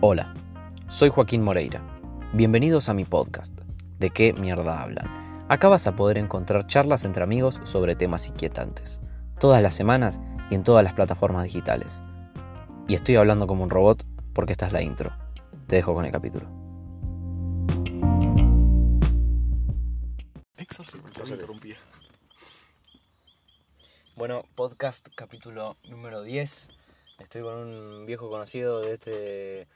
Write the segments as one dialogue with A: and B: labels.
A: Hola, soy Joaquín Moreira. Bienvenidos a mi podcast, ¿De qué mierda hablan? Acá vas a poder encontrar charlas entre amigos sobre temas inquietantes, todas las semanas y en todas las plataformas digitales. Y estoy hablando como un robot porque esta es la intro. Te dejo con el capítulo.
B: Exorcismo, se interrumpía.
A: Bueno, podcast capítulo número 10. Estoy con un viejo conocido de este,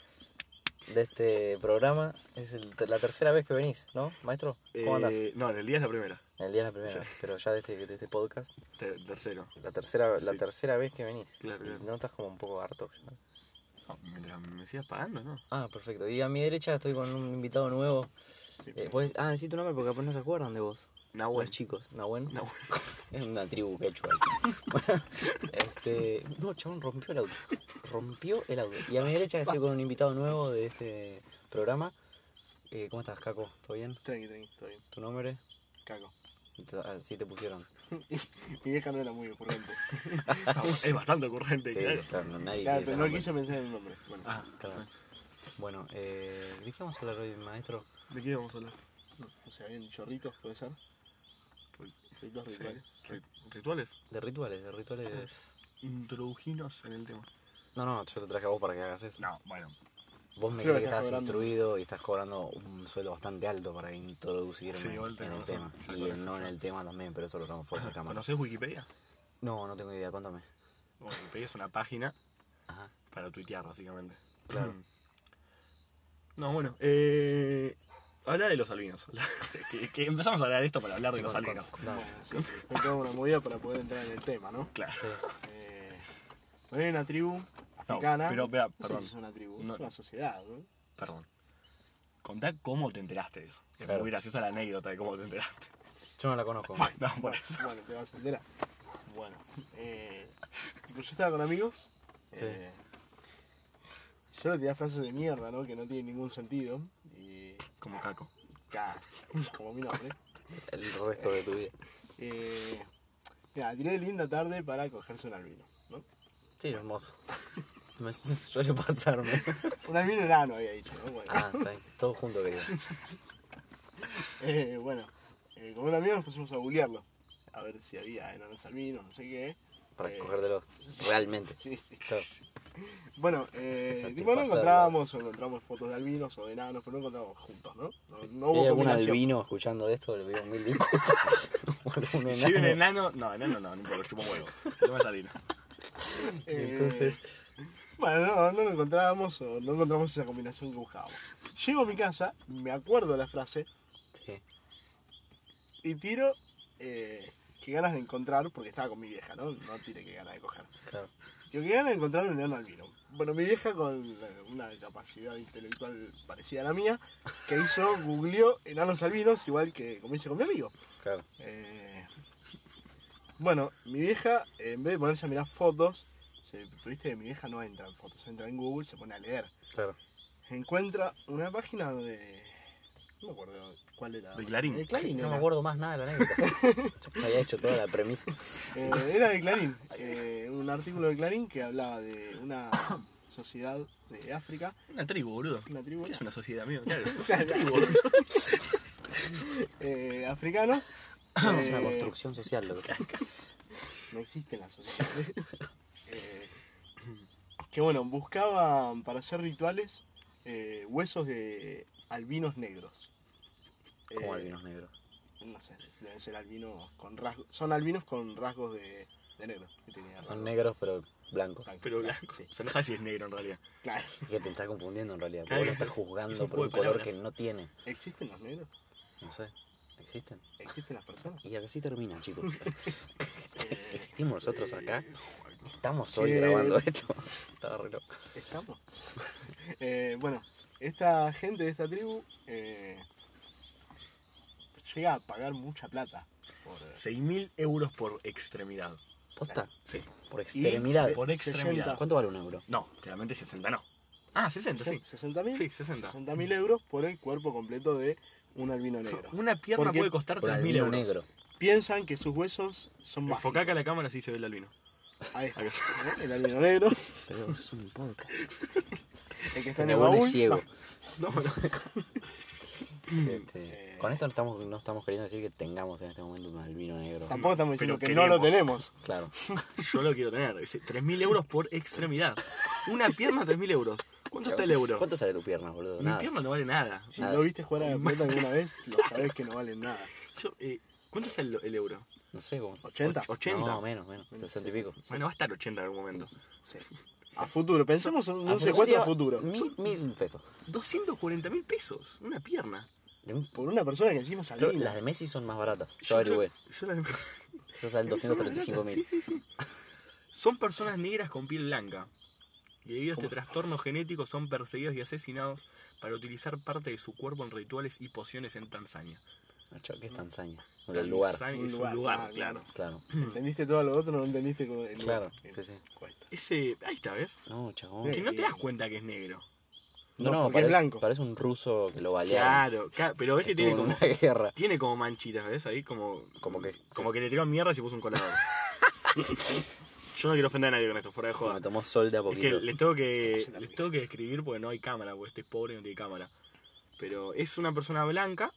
A: de este programa. Es el- la tercera vez que venís, ¿no, maestro? ¿Cómo andás?
B: Eh, no, en el día es la primera.
A: El día es la primera, vez, pero ya de este, de este podcast,
B: Te- tercero.
A: la tercera, la
B: Sí.
A: tercera vez que venís.
B: Claro,
A: Y
B: claro.
A: No estás como un poco harto. ya?
B: No, mientras me sigas pagando, ¿no?
A: Ah, perfecto. Y a mi derecha estoy con un invitado nuevo. Eh,
C: pues.
A: ¿podés- Ah, decí tu nombre porque después no se acuerdan de vos.
B: Nahuel.
A: Los chicos. Nahuel.
B: Nahuel.
A: Es una tribu quechua. Bueno, este, no, chabón, rompió el audio. Rompió el audio. Y a mi derecha estoy con un invitado nuevo de este programa. Eh, ¿Cómo estás, Caco? ¿Todo bien?
B: Tranqui, tranqui, todo bien.
A: ¿Tu nombre?
B: Cago.
A: Así te pusieron.
B: Mi vieja no era muy ocurrente. es bastante ocurrente, claro.
A: claro, no- nadie
C: Claro,
A: tiene ese
C: pero no
A: nombre.
C: quise pensar en el nombre. Bueno,
B: Ah,
A: Claro. Bueno, eh, ¿de qué vamos a hablar hoy, maestro?
C: ¿de qué vamos a hablar? No, o sea, bien, chorritos, puede ser. Chorritos
B: sí.
C: rituales.
B: Ri- ¿Rituales?
A: De rituales, de rituales.
B: Introdujinos en el tema.
A: Ah. No, no, yo te traje a vos para que hagas eso.
B: No, bueno.
A: Vos me crees
C: Creo
A: que
C: que
A: estás
C: estás cobrando.
A: instruido y estás cobrando un sueldo bastante alto para introducirme
B: Sí, igual
A: en
B: tenés
A: el tema.
B: razón. Yo
A: Y
B: con
A: en-
B: eso
A: no en
B: ya.
A: el tema también, pero eso lo hablamos fuera de cámara.
B: ¿Conoces Wikipedia?
A: No, no tengo idea, contame.
B: Bueno, Wikipedia es una página
A: Ajá.
B: para tuitear, básicamente.
A: Claro.
B: No, bueno, eh. Habla de los albinos. que, que empezamos a hablar de esto para hablar de
A: Sí,
B: los
A: con-
B: albinos.
A: con- dale.
C: Me tengo una movida para poder entrar en el tema, ¿no?
B: Claro.
A: Sí.
C: Eh, bueno, hay una tribu
B: No,
C: africana.
B: pero, vea,
C: No sé
B: perdón.
C: si es una tribu,
B: No.
C: es una sociedad, ¿no?
B: Perdón. Contá cómo te enteraste de eso. Es
A: Claro.
B: muy graciosa la anécdota de cómo te enteraste.
A: Yo no la conozco.
B: No, por
C: Bueno,
B: eso.
C: bueno, te vas a enterar. Bueno, eh, tipo, yo estaba con amigos.
A: Sí.
C: eh, yo le tiraba frases de mierda, ¿no? Que no tienen ningún sentido. Y.
B: Como caco.
C: ca, como mi nombre.
A: El resto de tu vida.
C: Eh, mira, tiré linda tarde para cogerse un albino. ¿no?
A: Sí, hermoso. Me su- suele pasarme.
C: Un albino enano había dicho, ¿no? Bueno,
A: Ah, está bien. Todo junto, querido.
C: eh, bueno eh, con un amigo nos pusimos a googlearlo. A ver si había enanos albinos, no sé qué.
A: Para
C: Eh,
A: cogértelos. Realmente.
C: sí.
A: Claro.
C: Bueno, eh, tipo, no
A: Satisfacerlo.
C: encontrábamos, o encontramos fotos de albinos o de enanos, pero no encontramos juntos, ¿no? No, no
A: si hay algún
C: combinación.
A: albino escuchando esto, le pido mil disculpas. Un
B: Si un
A: enano.
B: enano. No, enano no, no importa, chupo un huevo. No es albino.
C: Eh,
A: Entonces,
C: Bueno, no, no lo encontrábamos o no encontramos esa combinación que buscábamos. Llego a mi casa, me acuerdo de la frase,
A: sí.
C: Y tiro eh, que ganas de encontrar, porque estaba con mi vieja, ¿no? No tiré que ganas de coger.
A: Claro.
C: Yo que ganas de encontrar un enano albino. Bueno, mi vieja con eh, una capacidad intelectual parecida a la mía, que hizo, googleó enanos albinos, igual que como hice con mi amigo.
A: Claro.
C: Eh, bueno, mi vieja, eh, en vez de ponerse a mirar fotos, se, viste que mi vieja no entra en fotos, entra en Google, se pone a leer.
A: Claro.
C: Encuentra una página de... No me acuerdo cuál era.
B: De Clarín.
C: De Clarín,
A: No me
C: era.
A: acuerdo más nada de la anécdota. Yo había hecho toda la premisa.
C: Eh, era de Clarín, eh, un artículo de Clarín que hablaba de una sociedad de África,
B: Una tribu, boludo.
C: una tribu
B: ¿Qué es una sociedad, amigo? Claro.
C: Este, eh, africana.
A: Es una
C: Eh,
A: construcción social lo que
C: No existen las sociedades. Eh, que bueno, buscaban para hacer rituales eh, huesos de albinos negros.
A: Como
C: Eh,
A: albinos negros.
C: No sé, deben ser albinos con rasgos. Son albinos con rasgos de, de negro. que tenía
A: Son
C: rasgos
A: negros pero blancos.
C: blancos.
B: Pero blanco.
C: Sí,
B: O sea, no sabes si es negro en realidad.
C: claro.
A: Que te estás confundiendo en realidad. Porque
B: Claro.
A: vos lo estás
B: Es
A: juzgando por
B: un juego
A: un
B: de
A: color que
B: palabras.
A: no tiene.
C: ¿Existen los negros?
A: No sé. ¿Existen?
C: ¿Existen las personas?
A: Y acá sí termina, chicos.
C: Eh,
A: Existimos nosotros acá. Estamos
C: que-
A: hoy grabando esto. Estaba re loco.
C: Estamos. Eh, bueno, esta gente de esta tribu eh, llega a pagar mucha plata. Por, eh,
B: 6.000 euros por extremidad.
A: Posta.
B: Sí.
A: Por extremidad.
B: por extremidad.
A: ¿Cuánto vale un euro?
B: No, claramente 60 no. Ah, 60, sí.
C: 60 mil
B: Sí, 60.
C: euros por el cuerpo completo de un albino negro.
B: Una pierna
C: Porque
B: puede costar
A: Por
B: 3.000
A: albino
B: euros.
A: negro.
C: Piensan que sus huesos son más.
B: Enfocá acá a la cámara si se ve el albino.
C: Ahí está, ¿eh? el albino negro.
A: Pero es un podcast.
C: El que está en el
A: Nebón es
C: baúl.
A: ciego.
B: No, no.
A: Este, con esto no estamos, no estamos queriendo decir que tengamos en este momento un albino negro.
C: Tampoco estamos diciendo que
B: Pero
C: no lo
B: queremos.
C: tenemos.
A: Claro.
B: Yo lo quiero tener. Dice 3.000 euros por extremidad. Una pierna, 3.000 euros. ¿Cuánto está el euro?
A: ¿Cuánto sale tu pierna, boludo?
B: Mi
A: Nada.
B: pierna no vale nada.
C: Si lo viste jugar a la pelota alguna vez, lo sabés que no valen nada.
B: Yo, eh, ¿Cuánto está el, el euro?
A: No sé, como...
C: 80.
B: 80.
A: No, menos, menos. 60 y pico.
B: Bueno, va a estar 80 en algún momento.
C: Sí. A futuro, pensemos en un
A: futuro
C: secuestro a
A: sería
C: futuro.
A: Mil, mil pesos.
B: 240 mil pesos. Una pierna.
A: De un-
C: Por una persona que encima
A: creo-
C: salina.
A: las de Messi son más baratas. Yo,
B: Yo creo-
A: averigüé.
B: yo la-
A: Esas salen 235
B: Sí,
A: mil.
B: sí, sí. Son personas negras con piel blanca. Y debido a este trastorno genético son perseguidos y asesinados para utilizar parte de su cuerpo en rituales y pociones en Tanzania.
A: ¿Qué es Tanzania? El lugar.
B: Tanzania
C: Un
B: es
C: lugar,
B: un lugar,
C: ah,
B: claro.
A: Claro.
C: Entendiste todo lo otro, no entendiste como el
A: Claro,
C: lugar. Eh,
A: sí, sí.
C: Cuesta.
B: Ese, ahí está, ¿ves?
A: No, chabón.
B: Que no te das cuenta que es negro.
C: No, porque es
A: parece,
C: blanco.
A: parece un ruso que lo balearon.
B: Claro, ca- pero ves que
A: Estuvo
B: tiene
A: en
B: como,
A: una guerra.
B: tiene como manchitas, ¿ves? Ahí como,
A: Como que-
B: como que le tiró mierda y se puso un colador. Yo no quiero ofender a nadie con esto, fuera de
A: Me
B: joda.
A: tomó sol de a
B: Es que
A: poquito.
B: les tengo que, les tengo que describir porque no hay cámara, porque este es pobre y no tiene cámara. Pero es una persona blanca.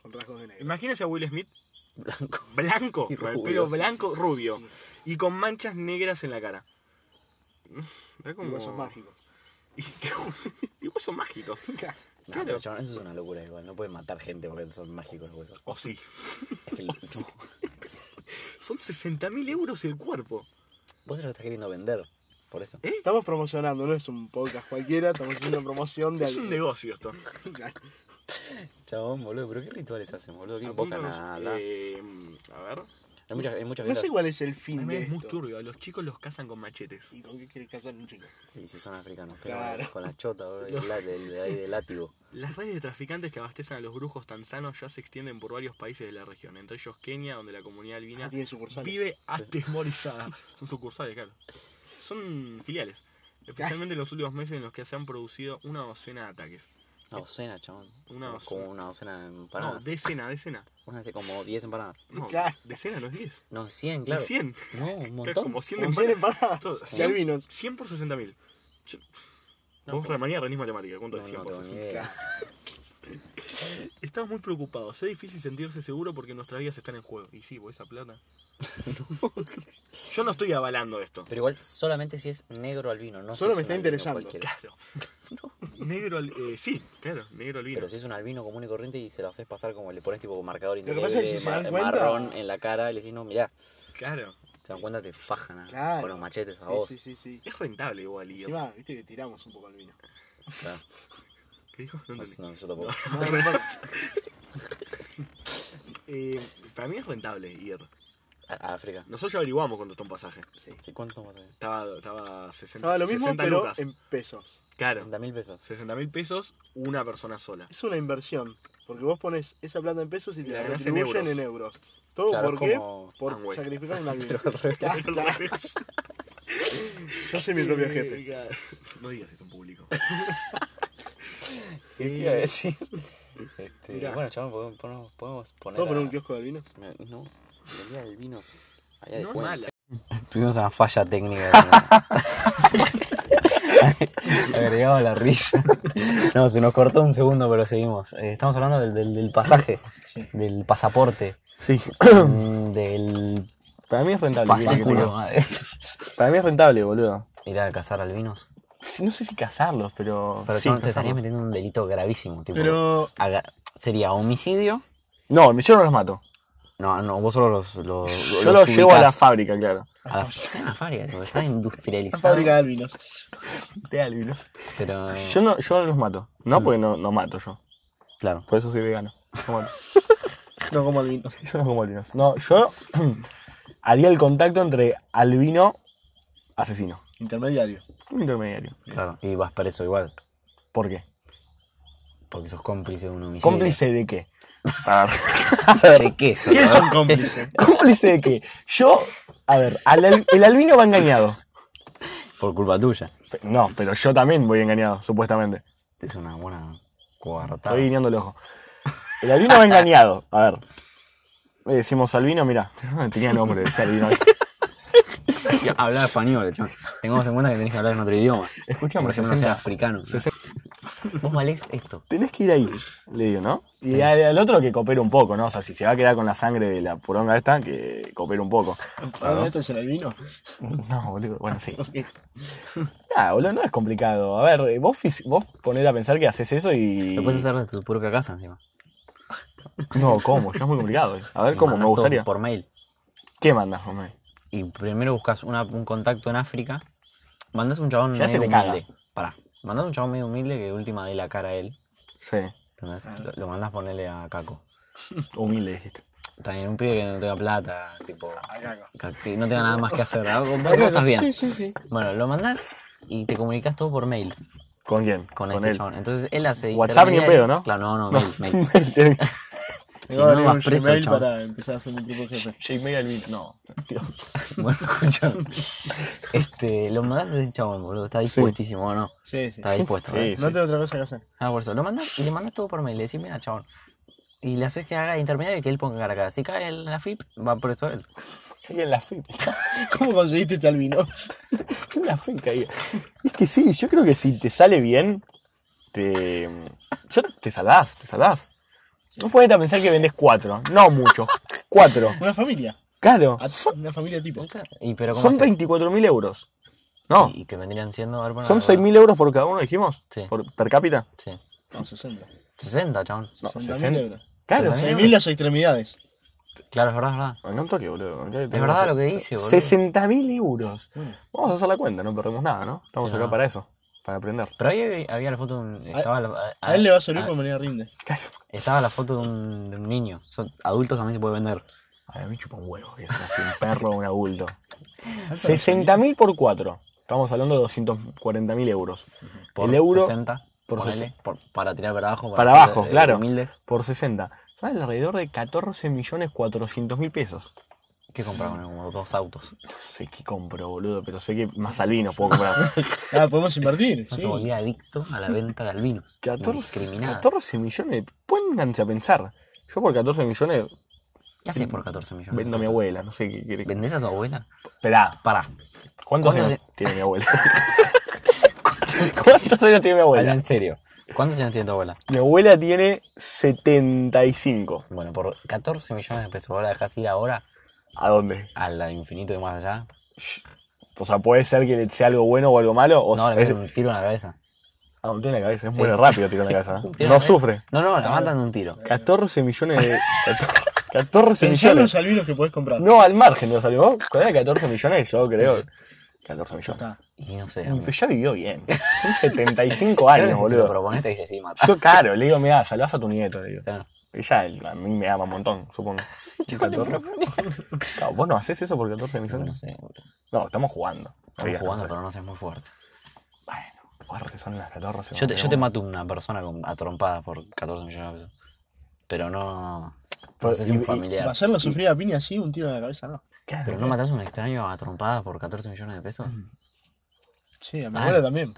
C: Con rasgos de negro.
B: Imagínense a Will Smith
A: Blanco.
B: blanco,
A: Y
B: con el
A: rubio.
B: pelo blanco, rubio. Y con manchas negras en la cara. ¿Ves
C: Y
B: como...
C: huesos mágicos.
B: Y, y huesos mágicos.
A: No,
B: Claro.
A: pero chabón, eso es una locura igual. No pueden matar gente porque son mágicos los huesos.
B: O sí.
A: Es que- no.
B: Son 60.000 euros el cuerpo.
A: Vos se lo estás queriendo vender. Por eso.
C: Estamos promocionando, no es un podcast cualquiera, estamos haciendo promoción de
B: Es un negocio esto.
A: Chabón, boludo, pero ¿qué rituales hacen, boludo? ¿Qué invocan
B: Apúntanos,
A: a la-
B: eh, a ver.
A: Hay muchas, hay muchas
C: No sé
A: viejas-
C: cuál es el
B: A
C: fin
B: mí
C: de
B: es muy
C: esto.
B: turbio. A los chicos los cazan con machetes.
C: ¿Y con qué quiere casar un chico?
A: Y si son africanos, que
C: Claro.
A: van con la chota, boludo, y el la- el- el- ahí de látigo.
B: Las redes de traficantes que abastecen a los brujos tanzanos ya se extienden por varios países de la región, entre ellos Kenia, donde la comunidad albina
C: Ah, tiene sucursales.
B: vive atemorizada. Son sucursales, claro. Son filiales, especialmente en los últimos meses en los que se han producido una docena de ataques.
A: Una docena, chabón.
B: Una
A: Como-
B: docena.
A: Como una docena de
B: No,
A: empanadas.
B: decena, decena.
A: Una hace como 10 empanadas.
B: No,
C: Claro.
B: decena no es 10.
A: No, 100,
B: Claro.
A: claro.
B: 100.
A: No, un
B: Claro,
A: montón.
B: Como 100 de
C: Como tiene para
B: Todo,
C: se vino.
B: 100 por 60 mil.
A: No,
B: Vos
A: como-
B: re manía, re ni matemática. ¿Cuánto
A: No,
B: es 100
A: no
B: por
A: tengo ni
B: 60?
A: idea.
B: Estamos muy preocupados. Es difícil sentirse seguro porque nuestras vidas están en juego. Y sí, por esa plata. Yo no estoy avalando esto.
A: Pero igual, solamente si es negro albino, no si
C: Solo
A: es
C: me
A: un
C: está
A: albino
C: interesando.
A: cualquiera.
B: Claro. Negro al. eh, sí, claro, negro al vino.
A: Pero si es un albino común y corriente y se lo haces pasar como le pones tipo con marcador
C: que pasa es que
A: indeleble,
C: si se
A: mar-
C: dan cuenta-
A: marrón en la cara y le decís, no, mirá,
B: Claro.
A: se dan cuenta, te fajan ah,
C: Claro.
A: con los machetes a
C: Sí,
A: vos.
C: Sí, sí, sí.
B: Es rentable igual, Lío.
C: Encima, viste que tiramos un poco al vino.
A: Claro.
B: ¿Qué dijo? No
A: No,
B: entendí.
A: no, yo tampoco.
C: No, no, no.
B: Eh, para mí es rentable ir.
A: A, a África.
B: Nosotros ya averiguamos cuánto está un pasaje.
A: Sí, ¿Cuánto estamos ahí?
B: Estaba, estaba 60
C: Estaba lo mismo,
B: 60
C: pero
B: lucas.
C: en pesos.
B: Claro.
A: 60 mil pesos.
B: 60 mil pesos, una persona sola.
C: Es una inversión. Porque vos pones esa plata en pesos y te
B: la
C: la
B: ganás en
C: retribuyen
B: euros.
C: en euros. ¿Todo
A: Claro,
C: por
A: es
C: qué?
A: como
C: Por
B: Amway.
C: sacrificar un albino.
B: Al revés.
C: Yo soy mi propio jefe.
B: Oiga, No digas esto en público.
A: ¿Qué te iba a decir? Este,
B: Mirá.
A: bueno, chabón, podemos, podemos- podemos poner.
C: ¿Puedo poner
A: a-
C: un kiosco de albino?
A: Me- No, vendía albinos. Allá
B: No es
A: después.
B: mala.
A: Tuvimos una falla técnica. Agregaba la risa. No, se nos cortó un segundo, pero seguimos. Eh, estamos hablando del, del- del pasaje, del pasaporte,
B: Sí.
A: mm, del
B: Para mí es rentable.
A: paséculo.
B: Para mí es rentable, boludo.
A: Ir a cazar albinos.
B: No sé si casarlos, pero.
A: Pero chabón, te estarías metiendo en un delito gravísimo. Tipo,
C: Pero.
A: aga- sería homicidio.
B: No, yo no los mato.
A: No, no, vos solo los. los
B: Yo los llevo a la
A: fábrica.
B: fábrica, claro.
A: A la, a la fábrica, tipo, está industrializado.
C: Fábrica de albinos.
B: De albinos.
A: Pero.
B: Yo no, yo no los mato. No porque no, no mato yo.
A: Claro.
B: Por eso soy vegano. No mato.
C: No como albinos.
B: Yo no como albinos. No, yo haría el contacto entre albino asesino.
C: Intermediario.
B: Un intermediario.
A: Claro. Y vas preso igual.
B: ¿Por qué?
A: Porque sos cómplice de un homicidio.
B: ¿Cómplice de qué? A ver.
A: ¿De qué eso?
C: ¿Quién es un Ah, cómplice?
B: ¿Cómplice de qué? Yo, a ver, al al- el albino va engañado.
A: Por culpa tuya.
B: Pe- No, pero yo también voy engañado, supuestamente.
A: Es una buena coartada.
B: Estoy guiñando el ojo. El albino va engañado. A ver. Le decimos albino, mira. Tenía nombre, ese albino.
A: Ya, Hablar español, chaval. Tengamos en cuenta que tenés que hablar en otro idioma.
D: Escuchame,
A: Por ejemplo, no seas africano. Vos valés esto.
D: Tenés que ir ahí, le digo, ¿no?
B: Y al, al otro que coopere un poco, ¿no? O sea, si se va a quedar con la sangre de la puronga esta, que coopere un poco.
C: Ah, esto es en el vino?
B: No, boludo, bueno, sí. Nada, Ah, boludo, no es complicado. A ver, eh, vos, fis- vos poner a pensar que haces eso y.
A: Lo puedes hacer de tu propia casa encima.
B: No, ¿cómo? Ya es muy complicado. eh. A ver, ¿cómo? Me
A: Mandás todo
B: gustaría.
A: Por mail.
B: ¿Qué mandas, hombre?
A: Y primero buscas una- un contacto en África. Mandás un chabón
B: Ya se
A: medio
B: te caga.
A: humilde. Pará. Mandás un chabón medio humilde que de última dé la cara a él.
B: Sí,
A: ¿entendés? Lo, lo mandás ponerle a Caco.
B: humilde dijiste.
A: También un pibe que no tenga plata, tipo.
C: Acá,
A: que No tenga nada más que hacer. ¿verdad? Vos- vos estás bien.
C: Sí, sí, sí.
A: Bueno, lo mandás y te comunicas todo por mail
B: ¿Con quién?
A: con, este chabón. Entonces él hace. de
B: WhatsApp ni en
A: intermediario.
B: pedo, ¿no?
A: Claro, no, no,
B: No.
A: mail, mail. Si
C: Me
A: no,
C: va a abrir
A: vas
C: un
A: preso,
C: Gmail
A: chabón.
C: para empezar a hacer mi propio jefe.
B: Gmail al vino. No.
A: Bueno, escuchame. Este, lo mandás a ese chabón, boludo. Está dispuestísimo, ¿o no?
C: Sí, sí.
A: Está dispuesto.
B: Sí.
A: ¿verdad?
C: No tengo otra cosa que hacer.
A: Ah, por eso. Lo mandas y le mandas todo por mail. Le decís, mira, chabón. Y le haces que haga de intermediario y que él ponga cara a cara. Si cae en la FIP, va por eso él.
B: en la FIP.
C: ¿Cómo conseguiste este albino?
B: en la FIP caía. Es que sí, yo creo que si te sale bien, te. Yo te salvás, te salvás. No puedes a pensar que vendés cuatro. No mucho. Cuatro.
C: Una familia.
B: Claro.
C: A-
B: Son,
C: Una familia tipo.
A: Y, pero ¿cómo
B: son
A: haces?
B: 24.000 euros. No.
A: Y que vendrían siendo... a ver, bueno,
B: Son
A: a ver,
B: 6.000 euros por cada uno, dijimos.
A: Sí.
B: Por, per cápita.
A: Sí.
C: No, 60.
A: 60, chabón.
B: No,
C: 60.000
B: 60.
C: euros.
B: Claro.
C: 6.000 las extremidades.
A: Claro, es verdad, es verdad.
B: Me encantó que, boludo. Es
A: Es verdad lo que dice, boludo.
B: 60.000 euros. Vamos a hacer la cuenta, no perdemos nada, ¿no? Estamos
A: Sí,
B: acá
A: no.
B: para eso, para aprender.
A: Pero ahí había- había la foto de un... Estaba la,
C: A él le va a servir
A: a-
C: por venir a rinde.
A: Estaba la foto de un, de un niño. Son adultos también se puede vender.
B: A ver, me chupa un huevo, que es así un perro o un adulto. 60.000 por 4. Estamos hablando de 240.000 euros.
A: Por
B: El euro
A: 60,
B: por
A: ponele,
B: 60.
A: por- para tirar para abajo.
B: Para
A: ser,
B: abajo,
A: eh,
B: claro.
A: Humildes.
B: Por 60. Son alrededor de 14.400.000 pesos.
A: ¿Qué compraron? Como dos autos.
B: Sé que compro, boludo, pero sé que más albinos puedo comprar.
C: Ah, podemos invertir.
A: Ya
C: Sí.
A: se volvía adicto a la venta de albinos.
B: 14,
A: Indiscriminada.
B: 14 millones. Pónganse a pensar. Yo por 14 millones
A: ¿Qué haces por 14 millones?
B: vendo a mi abuela. No sé qué quiere.
A: ¿Vendés a tu abuela?
B: Esperá,
A: Pará.
B: ¿Cuántos
A: ¿Cuántos
B: años tiene mi abuela? ¿Cuántos años tiene mi
A: Habla
B: abuela?
A: en serio. ¿Cuántos años tiene tu abuela?
B: Mi abuela tiene 75.
A: Bueno, por 14 millones de pesos vos la dejás ir ahora
B: ¿A dónde?
A: a la infinito y más allá.
B: O sea, puede ser que le sea algo bueno o algo malo. O
A: No, le
B: es,
A: meten un tiro en la cabeza.
B: Ah, no tiene la cabeza, es
A: Sí.
B: muere rápido, tira la cabeza. ¿eh?
A: Un tiro en la
B: No
A: cabeza.
B: sufre.
A: No, no, la matan de un tiro.
B: 14 millones de. 14
C: Pensá en
B: millones.
C: los albinos que podés comprar.
B: No, al margen de los alumnos. Con el 14 millones, yo creo. 14 millones.
C: Está.
A: Y no sé.
B: Pero
A: amigo.
B: ya vivió bien. Son 75
A: Creo que
B: años,
A: si se lo
B: boludo.
A: propones te dice sí, mata.
B: Yo, claro, le digo, mira, salvás a tu nieto, le digo.
A: Claro.
B: Ella él, a mí me ama un montón, supongo. Claro, vos no haces eso por 14
A: No
B: millones.
A: sé, boludo.
B: No, estamos jugando.
A: Estamos
B: Oiga,
A: jugando, pero no sé, es muy fuerte.
B: Bueno, fuerte son las 14.
A: Yo te, yo
B: boludo.
A: te mato una persona con, a trompadas por 14 millones de pesos. Pero no.
B: Pero-
A: Pues es
B: y-
A: un
B: y-
A: familiar.
C: ¿Va a hacerlo sufrir a piña así? Un tiro en la cabeza, no.
A: ¿Pero
B: Claro,
A: no matás a un extraño a trompadas por 14 millones de pesos?
B: Mm.
C: Sí, a mi
A: Ah.
C: abuela también.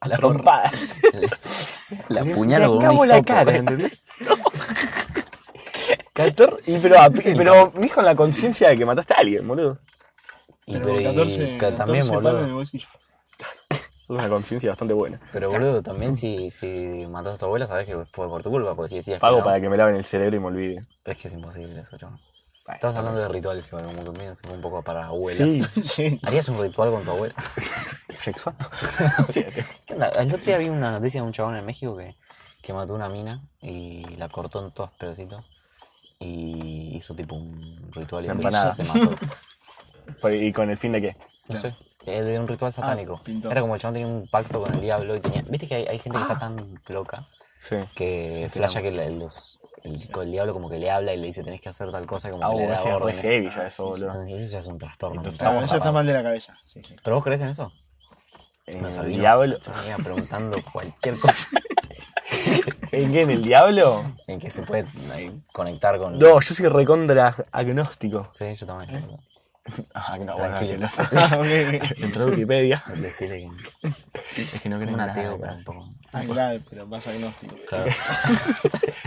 B: a trompadas.
A: La
B: Le-
A: apuñalo
B: le
A: con un
B: acabo la
A: hisopo.
B: cara, ¿entendés? 14, y pero, a- pero vivís con la conciencia de que mataste a alguien, boludo.
A: Y pero, y ca- también,
C: palos en
A: boludo.
C: el bolsillo.
B: Es una conciencia bastante buena.
A: Pero, boludo, también si, si matás a tu abuela, sabés que fue por tu culpa. Porque si decías que
B: Pago
A: no,
B: para que me laven el cerebro y me olvide.
A: Es que es imposible eso, chaval.
B: Bueno,
A: Estabas hablando de rituales igual, como conmigo, se fue un poco para abuela.
B: Sí,
C: Sí.
A: ¿Harías un ritual con tu abuela?
B: sexual.
A: ¿Qué onda? El otro día vi una noticia de un chabón en México que, que mató una mina y la cortó en todos pedacitos y hizo tipo un ritual y
B: Una
A: después
B: empanada.
A: se mató.
B: ¿Y con el fin de qué?
A: No sé. Es de un
B: Ah,
A: ritual satánico.
C: pintó.
A: Era como el chabón tenía un pacto con el diablo y tenía. Viste que hay, hay gente que está tan loca
B: Ah. Sí.
A: que flasha que la- los- el, el diablo como que le habla y le dice tenés que hacer tal cosa como
B: Ah,
A: que le da
B: gracias, re
A: órdenes.
B: heavy ya eso, boludo.
A: Entonces, Eso ya es un trastorno. mental.
B: Estamos
C: Eso está
B: zarpados.
C: mal de la cabeza. Sí, sí.
A: ¿Pero vos crees en eso?
B: ¿En
A: Los
B: Eh, el
A: albinos
B: diablo?
A: me iban preguntando cualquier cosa
B: ¿En qué? ¿En el diablo?
A: en que se puede eh, conectar con.
B: No, yo soy recontra agnóstico.
A: Sí, yo también. boludo.
B: Ah, no,
A: bueno,
C: Ah,
B: Entró a Wikipedia.
A: Decirle que
B: Es que no
A: como
B: creen
A: un
B: nada.
A: ateo, pero un poco.
C: Ah, claro, pero más agnóstico.
A: Claro.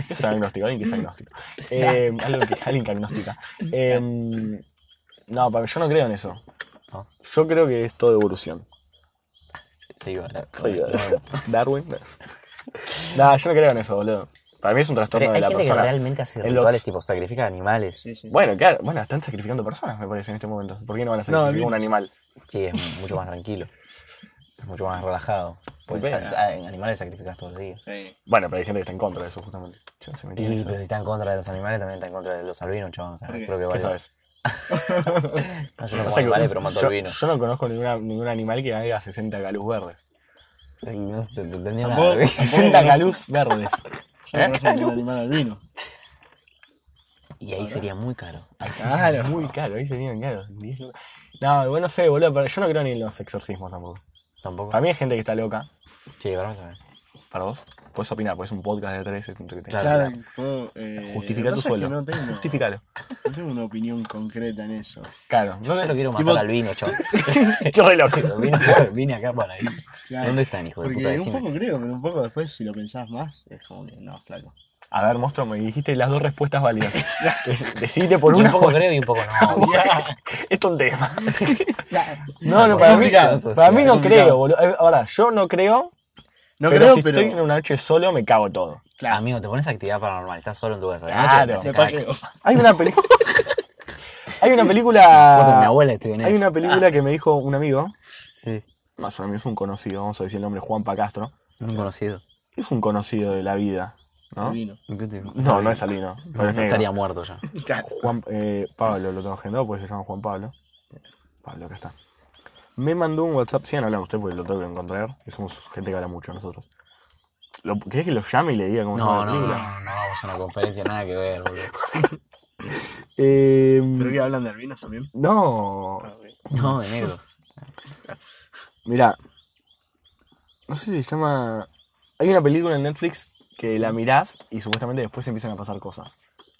B: ¿Qué es agnóstico? Alguien que es agnóstico. Eh, alguien, que, alguien que agnostica. Eh, no, pero Em, yo no creo en eso.
A: ¿no?
B: Yo creo que es todo evolución.
A: Se iba a la-
B: Soy Darwin. Darwin. Nah, yo no creo en eso, boludo. Para mí es un
A: Pero
B: trastorno
A: hay
B: de la
A: gente
B: persona.
A: que realmente hace
B: El
A: rituales,
B: ox-
A: tipo sacrifica animales. Sí,
B: Bueno, claro, bueno, están sacrificando personas, me parece, en este momento. ¿Por qué no van a sacrificar
C: bien.
B: un animal?
A: es mucho más tranquilo. Es mucho más relajado. Porque
B: Bueno.
A: estás- ah, en animales sacrificas todos los días.
B: Bueno, pero hay gente que está en contra de eso, justamente. Yo no sé, me tiene
A: Y,
B: eso.
A: pero si está en contra de los animales, también está en contra de los albinos, chavos. O sea, creo que
B: ¿Qué
A: vale.
B: sabes?
A: No, yo no
B: Pasa
A: como
B: que
A: animales, pero mato
B: yo,
A: albinos.
B: yo no conozco ninguna- ningún animal que haga 60 galus verdes.
A: No se te entendía
C: Tampoco-
A: nada. güey.
B: 60 galus verdes.
C: Yo no soy el animal albino.
A: Y ahí sería muy caro.
B: Claro, muy caro, ahí se vienen caros. 10 lucas. No, igual no sé, boludo, pero yo no creo ni en los exorcismos tampoco.
A: Tampoco.
B: Para mí hay gente que está loca.
A: Sí, vamos a ver.
B: Para vos, puedes opinar, porque es un podcast de 13.
A: Claro.
C: Claro, puedo, eh,
B: Justifica
C: lo
B: tu
C: que pasa es que
B: suelo.
C: No tengo,
B: Justificalo.
C: no tengo una opinión concreta en eso.
B: Claro,
A: Yo solo quiero matar
C: tipo-
A: al vino, chavos.
B: Yo re loco.
A: Vino, vine acá para eso.
C: Claro.
A: ¿Dónde están, hijo de
C: Porque
A: puta?
C: un
A: Decime.
C: poco creo, pero un poco después, si lo pensás más, es como que no, claro.
B: A ver, monstruo, me dijiste las dos respuestas válidas. Dec- Decidite por
A: Yo
B: una.
A: un poco creo y un poco no. güey.
B: es un tema.
A: una
B: No, no, para mí,
A: convicción
B: para
A: social,
B: mí no
C: complicado.
B: creo, boludo. Eh, Ahora, yo no creo.
C: No
B: pero
C: creo,
B: si
C: pero.
B: estoy en una noche solo, me cago todo.
A: Amigo, te pones a actividad paranormal, estás solo en tu casa. De noche
B: Claro.
A: te haces
B: Me
A: caca.
B: Hay una película. Hay
A: Fue
B: una
A: con mi
B: película.
A: abuela estoy en
B: Hay
A: eso.
B: una película que me dijo un amigo.
A: Sí,
B: Más o menos un conocido, vamos a decir el nombre, Juan Pacastro.
A: un conocido.
B: Es un conocido de la vida, ¿no?
C: Albino.
B: No, no es Salino.
A: No, no estaría muerto ya.
B: Juan eh, Pablo, lo tengo agendado porque se llama Juan Pablo. Pablo, acá está. Me mandó un WhatsApp, sigan hablando ustedes porque lo tengo que encontrar, que somos gente que habla mucho nosotros. Lo, ¿Querés que lo llame y le diga cómo se
A: No,
B: llama
A: no,
B: la
A: no, no, no
B: película?
A: vamos a una conferencia, nada que ver, boludo.
B: Eh,
C: ¿Pero que hablan de albinos también?
B: no,
C: Ah, ok.
A: No, de negros.
B: mirá. No sé si se llama... Hay una película en Netflix que la mirás y supuestamente después empiezan a pasar cosas.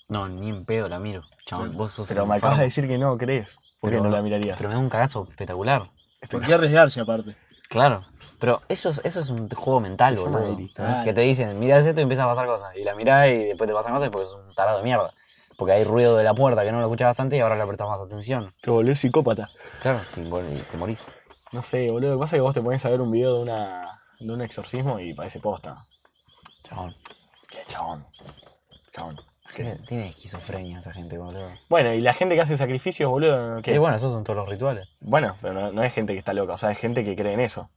A: No, ni en pedo la miro. Chabón, vos sos
B: Pero
A: un
B: me acabas
A: fan.
B: de decir que no crees. ¿Por qué
A: Pero-
B: no la mirarías?
A: Pero me da un cagazo espectacular.
C: ¿Por qué arriesgarse aparte?
A: Claro. Pero eso es, eso es un juego mental,
B: Se llama
A: boludo.
B: Iris.
A: ¿Entendés? Que te dicen, mirás esto y empieza a pasar cosas. Y la mirás y después te pasan cosas porque es un tarado de mierda. Porque hay ruido de la puerta que no lo escuchabas antes y ahora le prestás más atención.
B: Te volvés psicópata.
A: Claro, te, mor- te morís.
B: No sé, boludo. Lo que pasa es que vos te pones a ver un video de, una, de un exorcismo y parece posta.
A: Chabón.
B: Qué chabón. Chabón.
A: Tiene, tiene esquizofrenia esa gente, boludo.
B: Bueno, y la gente que hace sacrificios, boludo. ¿qué?
A: Y bueno, esos son todos los rituales.
B: Bueno, pero no, no es gente que está loca, o sea, es gente que cree en eso.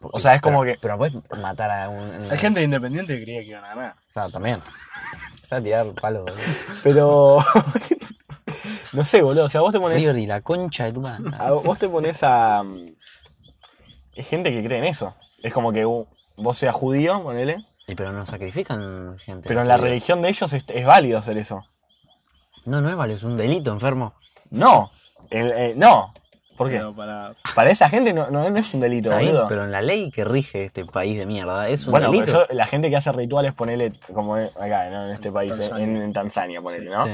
B: O sea, es
A: Pero-
B: como que.
A: Pero puedes matar a un.
C: Hay gente independiente que creía que iban a ganar.
A: Claro, también. Empezá a tirar palos, boludo.
B: Pero. no sé, boludo. O sea, vos te pones.
A: Priori, la concha de tu madre. Ah,
B: a- vos te pones a. mm, Es gente que cree en eso. Es como que uh, vos seas judío, ponele.
A: Y pero no sacrifican gente.
B: Pero en la
A: Digo,
B: religión de ellos es, es válido hacer eso.
A: No, no es válido, es un delito, enfermo.
B: No. El- eh, no. ¿Por qué?
C: Pero para.
B: Para esa gente no, no- no es un delito,
A: Está bien,
B: boludo.
A: pero en la ley que rige este país de mierda, es un
B: Bueno, pero
A: delito.
B: yo- la gente que hace rituales, ponele, como es acá, ¿no? en este país, eh, en, en Tanzania, ponele, ¿no?
A: Sí.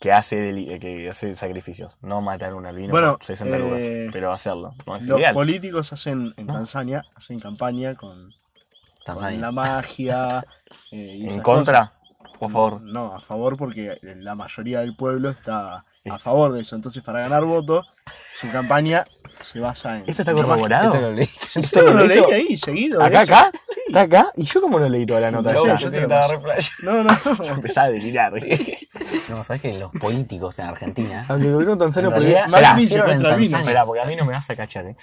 B: Que, hace deli- eh, que hace sacrificios. No matar un albino
C: Bueno,
B: por 60 lucas,
C: eh,
B: pero hacerlo. No es
C: Los
B: legal.
C: políticos hacen en
B: No.
C: Tanzania, hacen campaña con, con
A: Tanzania.
C: la magia. eh, y
B: ¿En
C: esas
B: contra? Por
C: cosas.
B: favor.
C: No, a favor porque la mayoría del pueblo está a favor de eso. Entonces, para ganar votos, su campaña se basa en.
B: ¿Esto está
C: en la magia.
B: corroborado?
A: Esto lo leí.
B: ¿Esto
C: Yo lo
B: lo
C: leí
B: leí?
C: ahí, seguido. de
B: ¿Acá,
C: hecho.
B: acá? ¿Está acá? ¿Y yo cómo no leí toda la nota?
C: Chabón,
B: Ya.
C: yo te- No, no.
B: Empezaba a delirar.
A: No, sabes que los políticos en Argentina.
B: Aunque el gobierno tanzano...
A: En
B: prohíbe-
A: realidad,
B: Esperá,
A: nacieron en
C: contra el vino,
A: Tanzania.
B: esperá, porque a mí no me vas a cachar, ¿eh?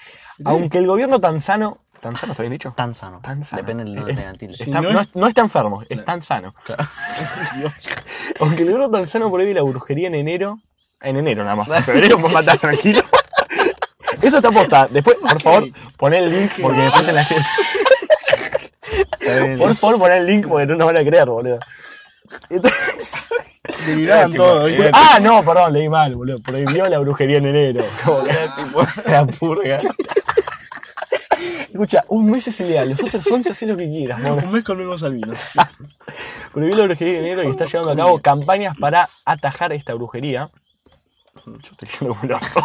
B: Aunque el gobierno tanzano... ¿Tanzano está bien dicho?
A: Tan sano.
B: Tan sano.
A: Depende del donde
B: Eh,
A: tengan tilde.
B: Está-
C: no
B: no,
C: es-
B: no está enfermo, es tan sano. Aunque el gobierno tanzano prohíbe la brujería en enero. En enero nada más. En febrero vos matás tranquilo. Eso está posta. Después, por favor, poné el link porque después en la gente. Por favor, poné el link porque no nos van a creer, boludo. Entonces-
C: Deliraban todo. ¿viste?
B: ah, no, perdón, leí mal, boludo. Prohibió la brujería en enero. Como que-
A: La purga.
B: Escucha, un mes es ilegal, los otros 11 haces lo que quieras, mono.
C: Un mes comemos albino.
B: Prohibió la brujería en enero y está llevando a cabo campañas para atajar esta brujería. Yo estoy yendo como el orto.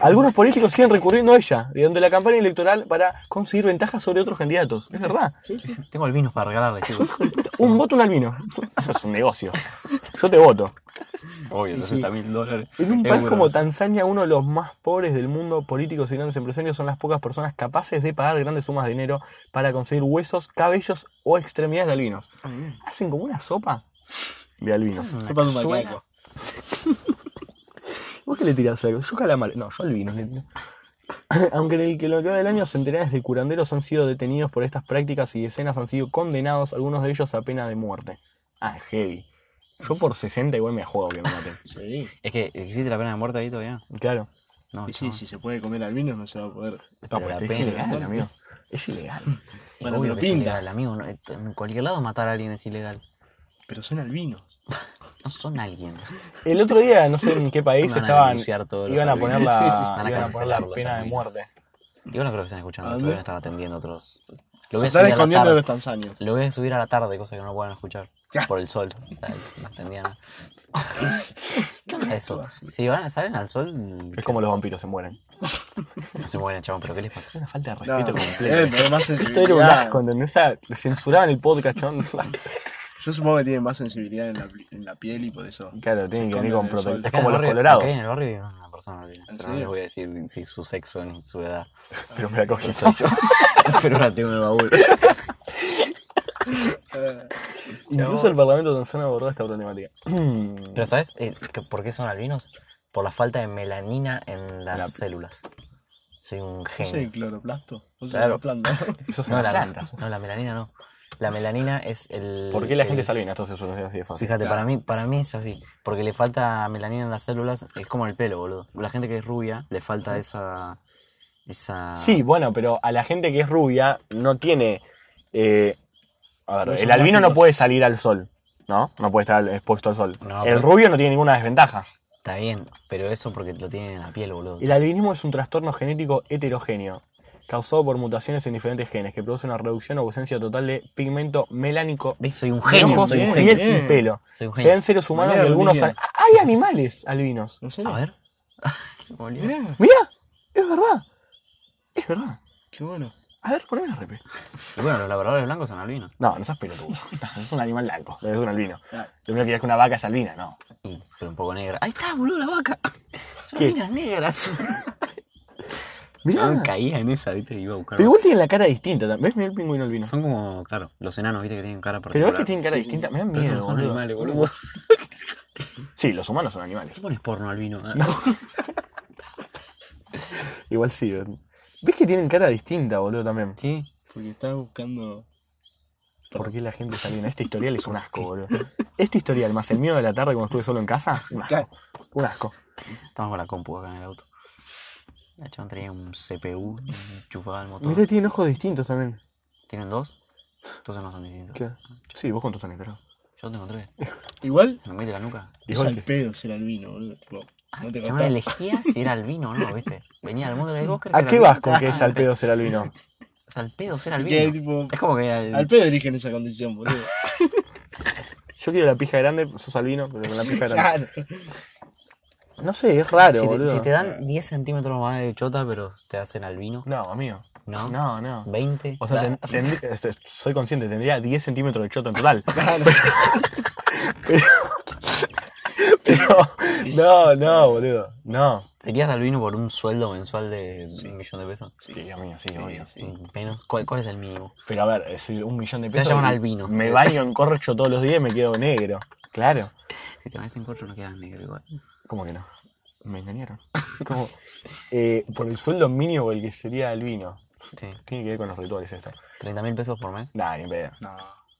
B: Algunos políticos siguen recurriendo a ella, de donde la campaña electoral para conseguir ventajas sobre otros candidatos. Es verdad.
A: Tengo albinos para regalarle, chicos.
B: Un voto, un albino. Eso es un negocio. Yo te voto.
A: Obvio, 60 mil dólares.
B: En un
A: Es
B: país
A: bueno
B: como
A: eso.
B: Tanzania, uno de los más pobres del mundo, políticos y grandes empresarios son las pocas personas capaces de pagar grandes sumas de dinero para conseguir huesos, cabellos o extremidades de albinos. Hacen como una sopa de albinos.
A: Una
C: Sopa de un
A: cazuela.
C: macaco.
B: ¿Vos qué le tirás algo? Yo calamar. No, yo albinos le tiro. Aunque en el que lo que va del año, centenares de curanderos han sido detenidos por estas prácticas y decenas han sido condenados, algunos de ellos a pena de muerte. Ah, es heavy. Yo por 60 igual me juego que me maten.
C: Sí.
A: Es que existe la pena de muerte ahí todavía.
B: Claro.
A: No,
C: Y sí,
A: chabón.
C: si se puede comer albinos no se va a poder.
A: No, pero la
B: es
A: pena de
B: ilegal,
A: muerte.
B: amigo. Es ilegal.
C: Bueno,
A: Obvio
C: pero
A: que es
C: pinta.
A: ilegal, amigo. no, esto- en cualquier lado matar a alguien es ilegal.
C: Pero son albinos.
A: No son alguien.
B: El otro día, no sé en qué país
A: Me van a
B: estaban.
A: denunciar todos los
B: Iban a poner la,
A: Van a
B: iban a poner la
A: cancelar los
B: pena de
A: albinos.
B: muerte. Ah,
A: Yo no creo que estén escuchando
C: ¿A
A: esto,
C: dónde?
A: deben estar atendiendo otros. Lo voy a
C: Están
A: subir a la
C: escondiendo a
A: tarde.
C: los tanzanios.
A: Lo voy a subir a la tarde, cosa que no puedan escuchar. Por el sol. O sea, No entendía nada. ¿Qué onda eso? Si van, salen al sol,
B: Es como los vampiros se mueren.
A: no se mueren, chabón, pero ¿qué les pasa?
B: Es una falta de
C: No,
B: respeto completa.
C: eh, pero más
B: Esto era un
C: sensibilidad.
B: asco, ¿entendés? O sea, Censuraban el podcast, chabón.
C: Yo supongo que tienen más sensibilidad en la, en la piel y por eso.
B: Claro, tienen que venir con protector. Es
A: Acá en
B: como
A: el
B: los
A: barrio-
B: colorados.
A: acá en el barrio vive una persona, mira, pero no
C: serio?
A: les voy a decir si su sexo ni su edad.
B: Pero me la cogí.
A: Soy yo. pero la tengo en el baúl.
C: Eh,
B: Incluso el Parlamento Tanzano abordó esta problemática. Mm.
A: Pero ¿sabes eh, que- por qué son albinos? Por la falta de melanina en las
B: La-
A: células. Soy un
C: ¿Vos
A: genio.
C: el cloroplasto? ¿Vos
A: Claro.
C: claro. planta?
B: Eso es
A: No,
B: una
A: la,
B: planta.
A: no, la melanina no. La melanina es el.
B: ¿Por qué la gente
A: el-
B: es albina? Entonces eso no es así de fácil.
A: Fíjate,
C: Claro.
A: para mí, para mí es así. Porque le falta melanina en las células, es como el pelo, boludo. La gente que es rubia le falta esa. esa.
B: Sí, bueno, pero a la gente que es rubia no tiene. eh, a
C: No
B: ver,
C: son
B: el albino no
C: mágicos.
B: puede salir al sol, ¿no? No puede estar expuesto al sol.
A: No,
B: el
A: pero-
B: rubio no tiene ninguna desventaja.
A: Está bien, pero eso porque lo tienen en la piel, boludo.
B: El albinismo es un trastorno genético heterogéneo, causado por mutaciones en diferentes genes, que produce una reducción o ausencia total de pigmento melánico
A: ¿Ves? Soy un
B: en
A: genio.
B: ojos,
A: soy un
C: bien,
A: genio.
B: piel y pelo.
A: Soy un
B: Se
A: genio.
B: dan seres humanos y
C: Mirá,
B: algunos.
C: Rodríguez.
B: an- Hay animales albinos.
C: ¿En serio?
A: A ver. Se me olvidó.
C: Mirá,
B: Mirá, es verdad. Es verdad.
C: qué bueno.
B: A ver, poneme la repe.
A: Y bueno, los labradores blancos son albinos.
B: No, no seas pelotudo. es un animal blanco, es un albino.
C: Ah,
B: Lo primero que es que una vaca es albina, no.
A: Y- pero un poco negra. Ahí está, boludo, la vaca. Son
B: ¿Qué?
A: albinas negras.
B: Mirá.
A: No caía en esa, viste, iba a buscar.
B: Pero igual tienen la cara distinta. tam- ¿Ves? Mirá el pingüino albino.
A: Son como, claro, los enanos, viste, que tienen cara
B: Pero
A: particular.
B: ves que tienen cara distinta. Me dan
A: Pero esos
B: miedo,
A: no son
B: boludo.
A: animales, boludo.
B: Sí, los humanos son animales.
A: ¿Qué pones porno albino? Ah,
B: Igual sí. ¿Ves que tienen cara distinta, boludo, también?
A: Sí.
C: porque estaba buscando.
B: ¿Por qué la gente es albina? Este historial es un asco, boludo. Este historial, más el mío de la tarde cuando estuve solo en casa, un asco. Un asco.
A: Estamos con la compu acá en el auto. La chabón tenía un CPU enchufado al motor.
B: Mirá, tienen ojos distintos también.
A: ¿Tienen dos? Entonces no son distintos.
B: ¿Qué? Sí, vos cuántos tenés, pero.
A: Yo tengo tres.
C: Igual,
A: ¿Me mete la nuca?
C: es al pedo ser albino, boludo. Tipo, no te
A: Ah, Yo me
C: contás.
A: elegía si era albino o no, ¿viste? Venía al mundo de vos, ¿crees
B: ¿A
A: ser
B: qué
A: albino?
B: vas con que es al pedo ser albino?
A: O sea, al pedo ser
C: Que,
A: albino.
C: tipo,
A: Es como que al...
C: al pedo eligen esa condición, boludo.
B: Yo quiero la pija grande, sos albino, pero con la pija grande.
C: Claro.
B: No sé, es raro,
A: si, te,
B: boludo.
A: si te dan 10 centímetros más de chota, pero te hacen albino,
B: No, amigo.
A: ¿no?
B: No, no.
A: 20.
B: O sea,
A: da-
B: ten- tendrí- este, soy consciente, tendría 10 centímetros de choto en total.
C: Claro.
B: Pero, no, no, boludo. No.
A: ¿Serías albino por un sueldo mensual de un millón de pesos? Mm,
B: Sí, Dios mío, sí, obvio.
C: Sí.
A: Menos. ¿Cuál, cuál es el mínimo?
B: Pero a ver, es decir, un millón de
A: Se
B: pesos.
A: llaman
B: y
A: albinos.
B: Me baño en corcho todos los días y me quedo negro. Claro.
A: Si te vas en corcho, no quedas negro igual.
B: ¿Cómo que no? Me engañaron. ¿Cómo? Eh, por el sueldo mínimo por el que sería albino.
A: Sí.
B: Tiene que ver con los rituales esto.
A: 30 mil pesos por mes.
B: Nah, ni pedo.
C: No.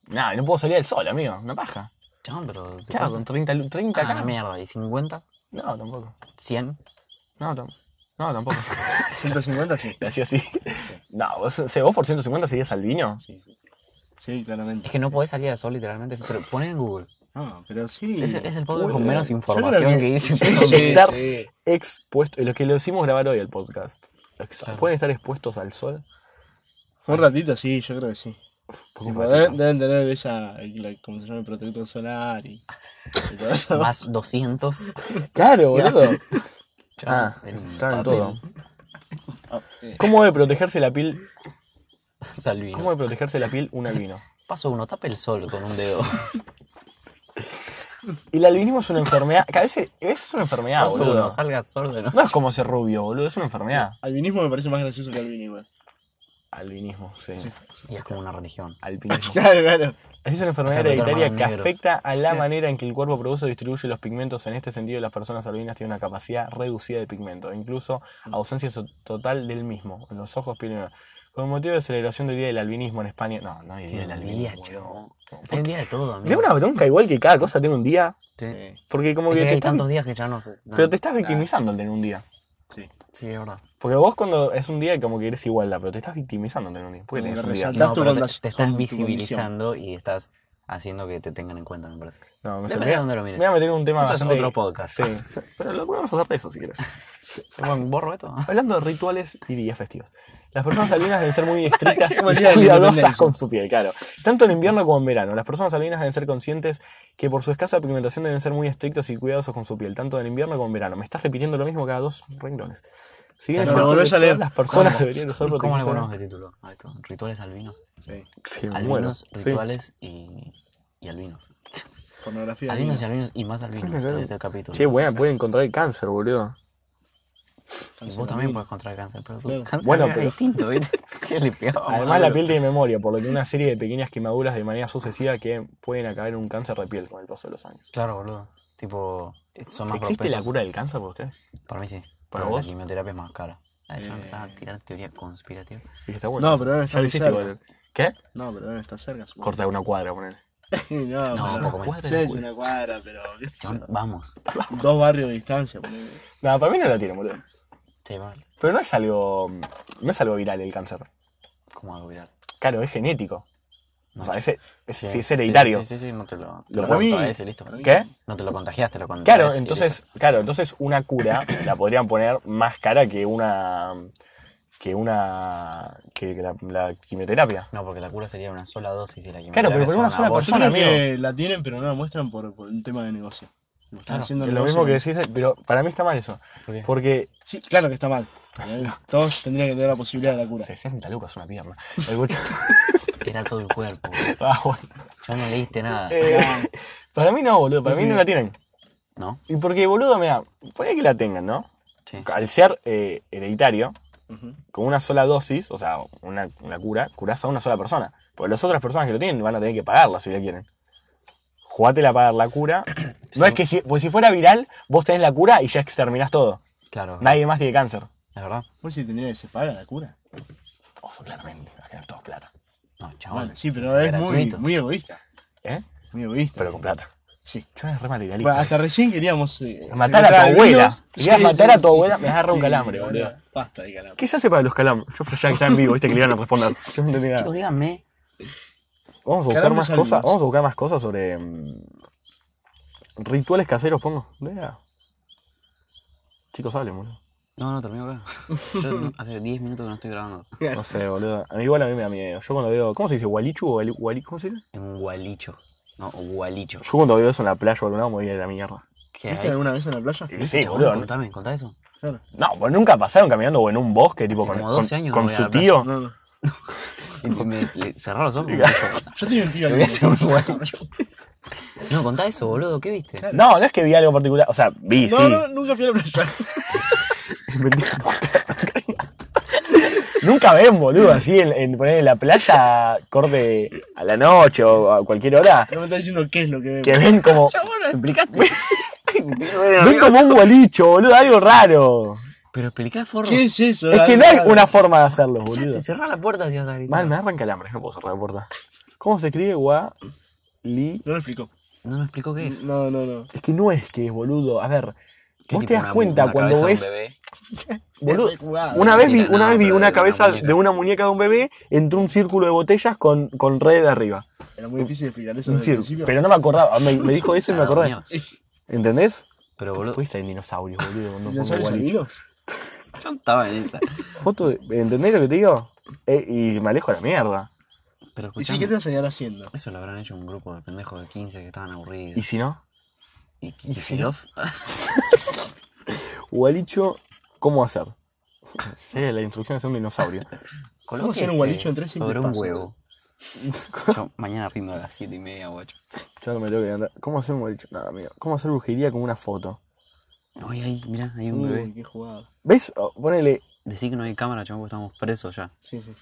B: Nah, no puedo salir al sol, amigo. Una paja.
A: Chabón, pero. te
B: Claro,
A: puedes-
B: con 30, lu- 30
A: Ah, la
B: acá.
A: mierda. ¿Y 50?
B: No, tampoco.
A: ¿100?
B: No, tam- no tampoco.
C: 150 sí.
B: Le hacía así. No, vos, o sea, vos por 150 serías albino.
C: Sí, sí. Sí, claramente.
A: Es que no podés salir al sol, literalmente. Pero poné en Google.
C: No, pero sí.
A: Es, es el podcast
B: Uy,
A: con menos
B: yo
A: información que hice.
C: Sí,
B: Estar
C: sí.
B: expuesto. Los que lo hicimos grabar hoy el podcast. los que
A: Claro.
B: Pueden estar expuestos al sol.
C: Un ratito sí, yo creo que sí.
B: Por
A: Pues
B: un
C: Tipo,
B: ratito.
C: deben, deben tener esa, la- como se llama, el protector solar y, y todo eso.
A: Más 200.
B: Claro, boludo. Ah,
A: en un
B: está en
A: papel.
B: todo.
A: Eh,
B: ¿Cómo debe protegerse la piel?
A: Salvinos.
B: ¿Cómo debe protegerse la piel un albino?
A: Paso uno, tapa el sol con un dedo.
B: El albinismo es una enfermedad. Cada vez es- es una enfermedad,
A: Paso
B: boludo.
A: uno, salga sordo, ¿no?
B: No es como ser rubio, boludo, es una enfermedad.
C: Albinismo me parece más gracioso que albino igual.
B: Albinismo, sí.
A: Y es como una religión.
B: Albinismo.
C: Claro, claro.
B: Es una enfermedad
A: O sea, no te
B: hereditaria
A: arman
B: que
A: negros.
B: afecta a la manera en que el cuerpo produce y distribuye los pigmentos. En este sentido, las personas albinas tienen una capacidad reducida de pigmento, incluso ausencia so- total del mismo. En los ojos, piel y nariz. Con motivo de celebración del Día del Albinismo en España. No, no hay Día del
A: Tiene
B: Albinismo.
A: día,
B: boludo.
A: chabón. Hay un día de todo, amigo.
B: Me da una bronca igual que cada cosa tiene un día.
A: Sí.
B: Porque como
A: Es
B: que
A: que
B: te
A: hay
B: estás,
A: tantos días que ya no sé. no-
B: pero te estás victimizando al tener un día.
A: Sí, es verdad.
B: Porque vos cuando es un día como que eres igualdad, pero te estás victimizando al tener un día. Porque
C: Como
B: tenés
C: que
B: un día.
C: Estás
A: No,
C: tú
A: pero
C: con
A: te,
C: las-
A: te estás
C: con tu condición.
A: visibilizando y estás haciendo que te tengan en cuenta, me parece.
B: No, me
A: Depende
B: sorprende.
A: de dónde lo mires.
B: Me voy a meter en un tema
A: Eso es
B: bastante-
A: otro podcast.
B: Sí, pero lo podemos hacer de eso si quieres.
A: Bueno, ¿Borro esto?
B: Hablando de rituales y días festivos. Las personas albinas deben ser muy estrictas y
C: Como el día de la
B: cuidadosas
C: independencia.
B: con su piel, claro. Tanto en invierno como en verano. Las personas albinas deben ser conscientes que por su escasa pigmentación deben ser muy estrictos y cuidadosos con su piel, tanto en invierno como en verano. Me estás repitiendo lo mismo cada dos renglones. Si bien
A: Ya lo
B: es cierto
C: volvés
B: que
C: a leer.
B: todas las personas
A: ¿Cómo?
B: deberían usar
A: ¿Cómo le ponemos
B: protección.
A: de título a esto? Rituales albinos.
B: Sí, me muero.
A: Albinos,
B: Sí.
A: rituales y, y albinos.
C: Pornografía.
A: Albinos y
C: albina.
A: albinos y más albinos
B: Claro.
A: en este capítulo.
B: Che, bueno, puede encontrar el cáncer, boludo.
A: y vos también puedes contraer cáncer, pero
C: Claro.
A: cáncer
B: Bueno,
A: era
B: pero-
A: distinto, ¿viste? Qué le pegaba,
B: Además, la
A: boludo.
B: piel tiene memoria, por lo que una serie de pequeñas quemaduras de manera sucesiva que pueden acabar en un cáncer de piel con el paso de los años.
A: Claro, boludo. Tipo, son más
B: ¿Existe la
A: propensos-
B: cura del cáncer por ustedes?
A: Para mí sí.
B: ¿Para
A: Pero
B: vos?
A: la quimioterapia es más cara. De hecho,
C: Eh.
A: empezás a tirar teoría conspirativa.
B: Y está bueno.
C: No, pero ahora
B: ya
C: está
B: lo
C: muy
B: hiciste
C: cerca.
B: igual. ¿Qué?
C: No, pero no está cerca. supongo.
B: Corta una cuadra, ponele.
C: no,
A: No,
C: pero-
A: un poco menos.
B: cuadra
C: Sí,
B: de
C: es
B: culo.
C: una cuadra, pero. qué sé yo.
A: Chabón, vamos.
C: Dos barrios de distancia. ponele.
B: No, para mí no la tiene, boludo.
A: Che, vale.
B: Pero no es algo. No es algo viral el cáncer.
A: ¿Cómo algo viral?
B: Claro, es genético. O
A: No.
B: sea, ese, es,
A: Sí,
B: sí, es hereditario.
A: Sí, sí, sí, sí, no te lo, te
B: Lo
A: lo
B: para mí-
A: contagias y listo.
C: para mí-
B: ¿Qué?
A: No te lo contagiaste, lo contagias.
B: Claro, entonces, claro, entonces una cura la podrían poner más cara que una. que una. que la, la quimioterapia.
A: No, porque la cura sería una sola dosis y la
B: Claro,
A: quimioterapia.
B: pero por
A: es
B: una sola
A: bolsa.
C: Yo
B: persona,
C: creo
B: amigo.
C: que la tienen, pero no la muestran por, por un tema de negocio. Lo están
A: Claro,
C: haciendo
B: Es lo
C: negocio.
B: mismo que decís, pero para mí está mal eso.
A: ¿Por qué?
B: Porque
C: Sí, claro que está mal. pero Todos tendrían que tener la posibilidad de la cura.
B: 60 lucas una pierna. El gusto-
A: Era todo el cuerpo. boludo.
B: Ah, bueno.
A: Ya no leíste nada.
B: Eh, para mí no, boludo, para mí no la tienen.
A: ¿No?
B: Y porque, boludo, mira, puede que la tengan, ¿no?
A: Sí.
B: Al ser eh, hereditario,
C: Ujú.
B: con una sola dosis, o sea, una, una cura, curás a una sola persona. Porque las otras personas que lo tienen van a tener que pagarla si la quieren. Jugátela a pagar la cura. No es que si, pues si fuera viral, vos tenés la cura y ya exterminás todo.
A: Claro.
B: Nadie más tiene cáncer.
A: ¿La verdad?
C: Pues si tendría que se paga la cura.
B: Oso, claramente, va a quedar todo plata.
A: No, chabón.
C: Bueno, sí, pero
A: Era
C: es muy,
A: gratuito.
C: muy egoísta.
B: ¿eh?
C: Muy egoísta.
B: Pero con plata.
C: Sí.
B: Yo es re materialista.
C: Bueno, hasta recién queríamos. eh,
B: Matar a tu
C: encontrar
B: abuela.
C: albinos.
B: Querías
C: Sí,
B: matar a tu
C: sí,
B: abuela, me agarra un
C: sí,
B: calambre,
C: ahora
B: boludo.
C: Basta de calambre.
B: ¿Qué se hace para los calambres? Yo ya que está en vivo, viste que le iban a responder. Yo no entendí nada.
A: Chicos, díganme.
B: Vamos a buscar
C: Calambres
B: más
C: albinos.
B: cosas. Vamos a buscar más cosas sobre mm, rituales caseros, pongo. Vea. Chicos, hablen, boludo.
A: No, no, termino acá. Yo no- hace 10 minutos que no estoy grabando.
B: No sé, boludo. A mí igual a mí me da miedo. Yo cuando veo. ¿Cómo se dice? ¿Gualichu o guali- guali- ¿Cómo se dice?
A: En un gualicho. No, gualicho.
B: Yo cuando veo eso en la playa, boludo, me voy a ir a la mierda.
A: ¿Qué
C: ¿Viste
A: hay?
C: alguna vez en la playa?
B: Y sí,
A: Chabón,
B: boludo. ¿no?
A: contame, contá eso.
C: Claro.
B: No, pues nunca pasaron caminando o en un bosque, tipo
A: Hace
B: con,
A: como 12
B: con-
A: años
B: con
A: no voy a
B: su
A: la playa.
B: tío.
C: No, no.
A: Y me, le- cerrá los ojos.
C: Yo tenía un tío
A: Te voy a hacer
C: albino.
A: un gualicho. No, contá eso, boludo. ¿Qué viste?
B: No, no es que vi algo particular. O sea, vi,
C: No,
B: sí.
C: no, nunca fui a la playa.
B: Nunca ven, boludo, así en, en poner en la playa, corte a la noche o a cualquier hora,
C: No me estás diciendo qué es lo que veo.
B: que ven como. Ven como un gualicho, boludo, algo raro.
A: Pero explicá, forro.
C: ¿Qué es eso?
B: Es que no hay una forma de hacerlo, boludo.
A: Te cerrá la puerta si vas a gritar.
B: Mal, me agarran calambres, no puedo cerrar la puerta. ¿Cómo se escribe gua li?
C: No lo explicó.
A: No me explicó qué es.
C: No, no, no.
B: Es que no es que es, boludo. A ver,
A: ¿Qué
B: vos
A: tipo
B: te das
A: una-
B: cuenta
A: una
B: cuando
A: cabeza de un
B: ves.
A: bebé?
B: Boludo,
C: Es jugado.
B: Una vez vi,
A: mentira,
B: una
A: no,
B: vez vi
A: pero
B: una
A: de una
B: cabeza
A: muñeca.
B: de una muñeca de un bebé entre un círculo de botellas con, con red de arriba.
C: Era muy difícil explicar eso
B: Un
C: desde el
B: círculo.
C: principio.
B: Pero no me acordaba. Ah, Me, me dijo eso y me
A: Tarado,
B: acordé.
A: mierda.
B: ¿Entendés?
A: Pero, boludo,
B: Después hay dinosaurios, boludo. cuando
C: ¿Ya
B: pongo
C: sabes
B: Wall-E.
C: albino?
A: yo estaba en esa.
B: Foto de- ¿Entendés lo que te digo? Eh, y me alejo de la mierda.
A: Pero
C: ¿Y si qué
A: escuchame,
C: te vas a llegar haciendo?
A: eso lo habrán hecho un grupo de pendejos de 15 que estaban
B: ¿Y
A: aburridos.
B: si no?
A: ¿Y,
B: y si
A: Kisilov?
B: Gualicho, ¿cómo hacer? Sé la instrucción de ser un dinosaurio.
A: Colóquese
C: hacer un gualicho en tres simples
A: sobre un
C: pasos.
A: huevo. Yo mañana rindo a las 7 y media, guacho.
B: Yo no me tengo que andar. ¿Cómo hacer un gualicho? Nada, amigo. ¿Cómo hacer brujería con una foto?
A: Ay, ahí, mirá, hay
B: Uh.
A: un
C: Uy,
A: bebé.
C: qué jugada.
B: ¿Ves? Oh, ponele.
A: Decí que no hay cámara, chamo, porque estamos presos
B: Ah,
A: ya.
C: Sí, sí.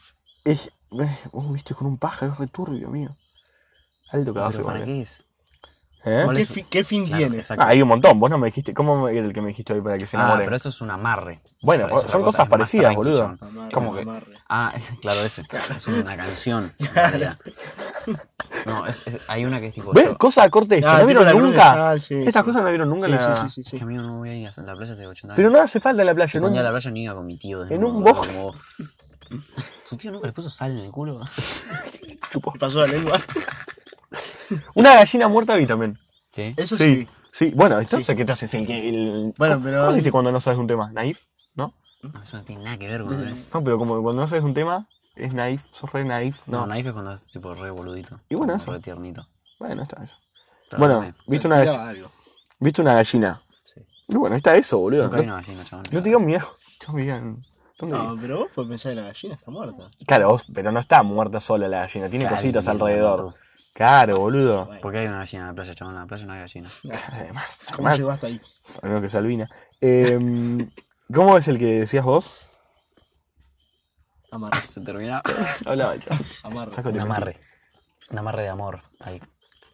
B: Es, eh, vos viste con un pájaro, es returbio, mío. Alto cagazo,
A: ¿Pero para
B: igual,
A: qué es?
B: ¿eh? ¿Eh?
A: ¿Cuál
C: ¿Qué,
A: es?
C: fi- qué fin
A: Claro,
C: tiene?
A: exacto.
B: Ah, hay un montón. Vos no me dijiste. ¿Cómo era el que me dijiste hoy para que se
A: Ah,
B: enamore?
A: pero eso es un amarre.
B: Bueno,
A: Eso es
B: son
A: otra
B: cosas
A: cosa, es más
B: parecidas,
A: tranqui,
B: boludo.
A: chabón.
C: Amarre,
A: ¿Cómo que?
C: amarre.
A: Ah, claro, ese. Es una canción. en realidad. No, es, es- hay una que es tipo.
B: ¿Ves?
A: yo-
B: Cosas de corte esto.
C: Ah,
B: ¿No
C: tipo
B: vieron
C: la luna de
B: nunca?
C: sal, sí,
B: Estas
C: sí.
B: cosas no vieron nunca.
C: Sí,
B: en la-
C: sí, sí, sí,
A: Es
C: sí.
A: que amigo, no voy a ir a la playa hace 80 años.
B: Pero no hace falta en la playa.
A: Yo
B: en un-
A: cuando iba a la playa no iba con mi tío.
B: en
A: desnudo,
B: un
A: boludo,
B: bosque.
A: como vos. ¿Su tío nunca le puso sal en el culo?
B: Chupó.
C: Me pasó la lengua.
B: Una gallina muerta vi también.
A: Sí.
C: Eso sí.
B: Sí, bueno, entonces, ¿qué te haces? El, que- el-
C: Bueno,
B: ¿cómo-
C: pero-
B: ¿Cómo se dice cuando no sabes un tema? ¿Naif? ¿No?
A: No, eso no tiene nada que ver eh. con.
B: No, pero como cuando no sabes un tema, es naif, sos re naif. No,
A: No, naife es cuando es tipo re boludito.
B: Y bueno,
A: como
B: eso.
A: Re tiernito.
B: bueno, está eso.
A: Pero
B: bueno,
A: no sé,
B: viste, una
C: Tiraba
B: gallina,
C: algo.
B: viste una gallina. Y bueno, está eso, boludo.
A: Nunca vi
B: No,
A: una gallina, chabón.
B: yo te digo miedo. Yo me diría, ¿dónde
C: No, pero vos podés pensar que la gallina está muerta.
B: Claro, vos- pero no está muerta sola la gallina, tiene
A: Claro,
B: cositas
A: la
B: alrededor.
A: mató.
B: Claro, boludo.
A: ¿Por qué hay una gallina en la playa, chabón? En la playa no hay gallina.
B: Además,
C: ¿Cómo
B: además,
C: llegó hasta ahí?
B: al menos que Salvina. Em, ¿Cómo es el que decías vos?
C: Amarre.
A: Se termina.
B: Hola, macho.
C: Amarre.
B: Saco
A: Un
B: el-
A: amarre. Un amarre de amor. Ahí.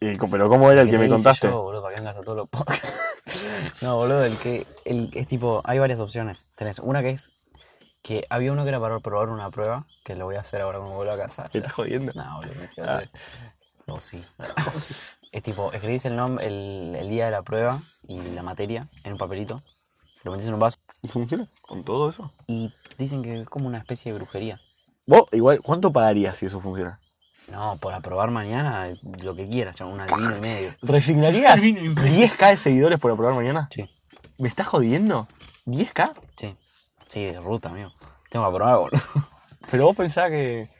B: Eh, Pero ¿cómo era el
A: ¿Qué
B: que
A: te
B: me
A: hice
B: contaste?
A: Yo, boludo, para que vengas a todos los podcasts. no, boludo, el que. El, es tipo. Hay varias opciones. Tenés una que es. Que había uno que era para probar una prueba. Que lo voy a hacer ahora cuando vuelva a casa.
B: ¿Te estás jodiendo?
A: No, boludo, me
B: Ah.
A: estoy jodiendo. No, sí. es tipo. Escribís el, nom- el, el día de la prueba y la materia en un papelito. Lo metés en un vaso.
B: ¿Y funciona? ¿Con todo eso?
A: Y dicen que es como una especie de brujería.
B: Vos, igual, ¿cuánto pagarías si eso funciona?
A: No, por aprobar mañana lo que quieras, chabón, una divina y medio.
B: ¿Resignarías
C: Vino y me-
B: 10k de seguidores por aprobar mañana?
A: Sí,
B: ¿Me estás jodiendo? ¿10k?
A: sí. Sí, de ruta, amigo. Tengo que aprobar, boludo.
B: Pero vos pensás que.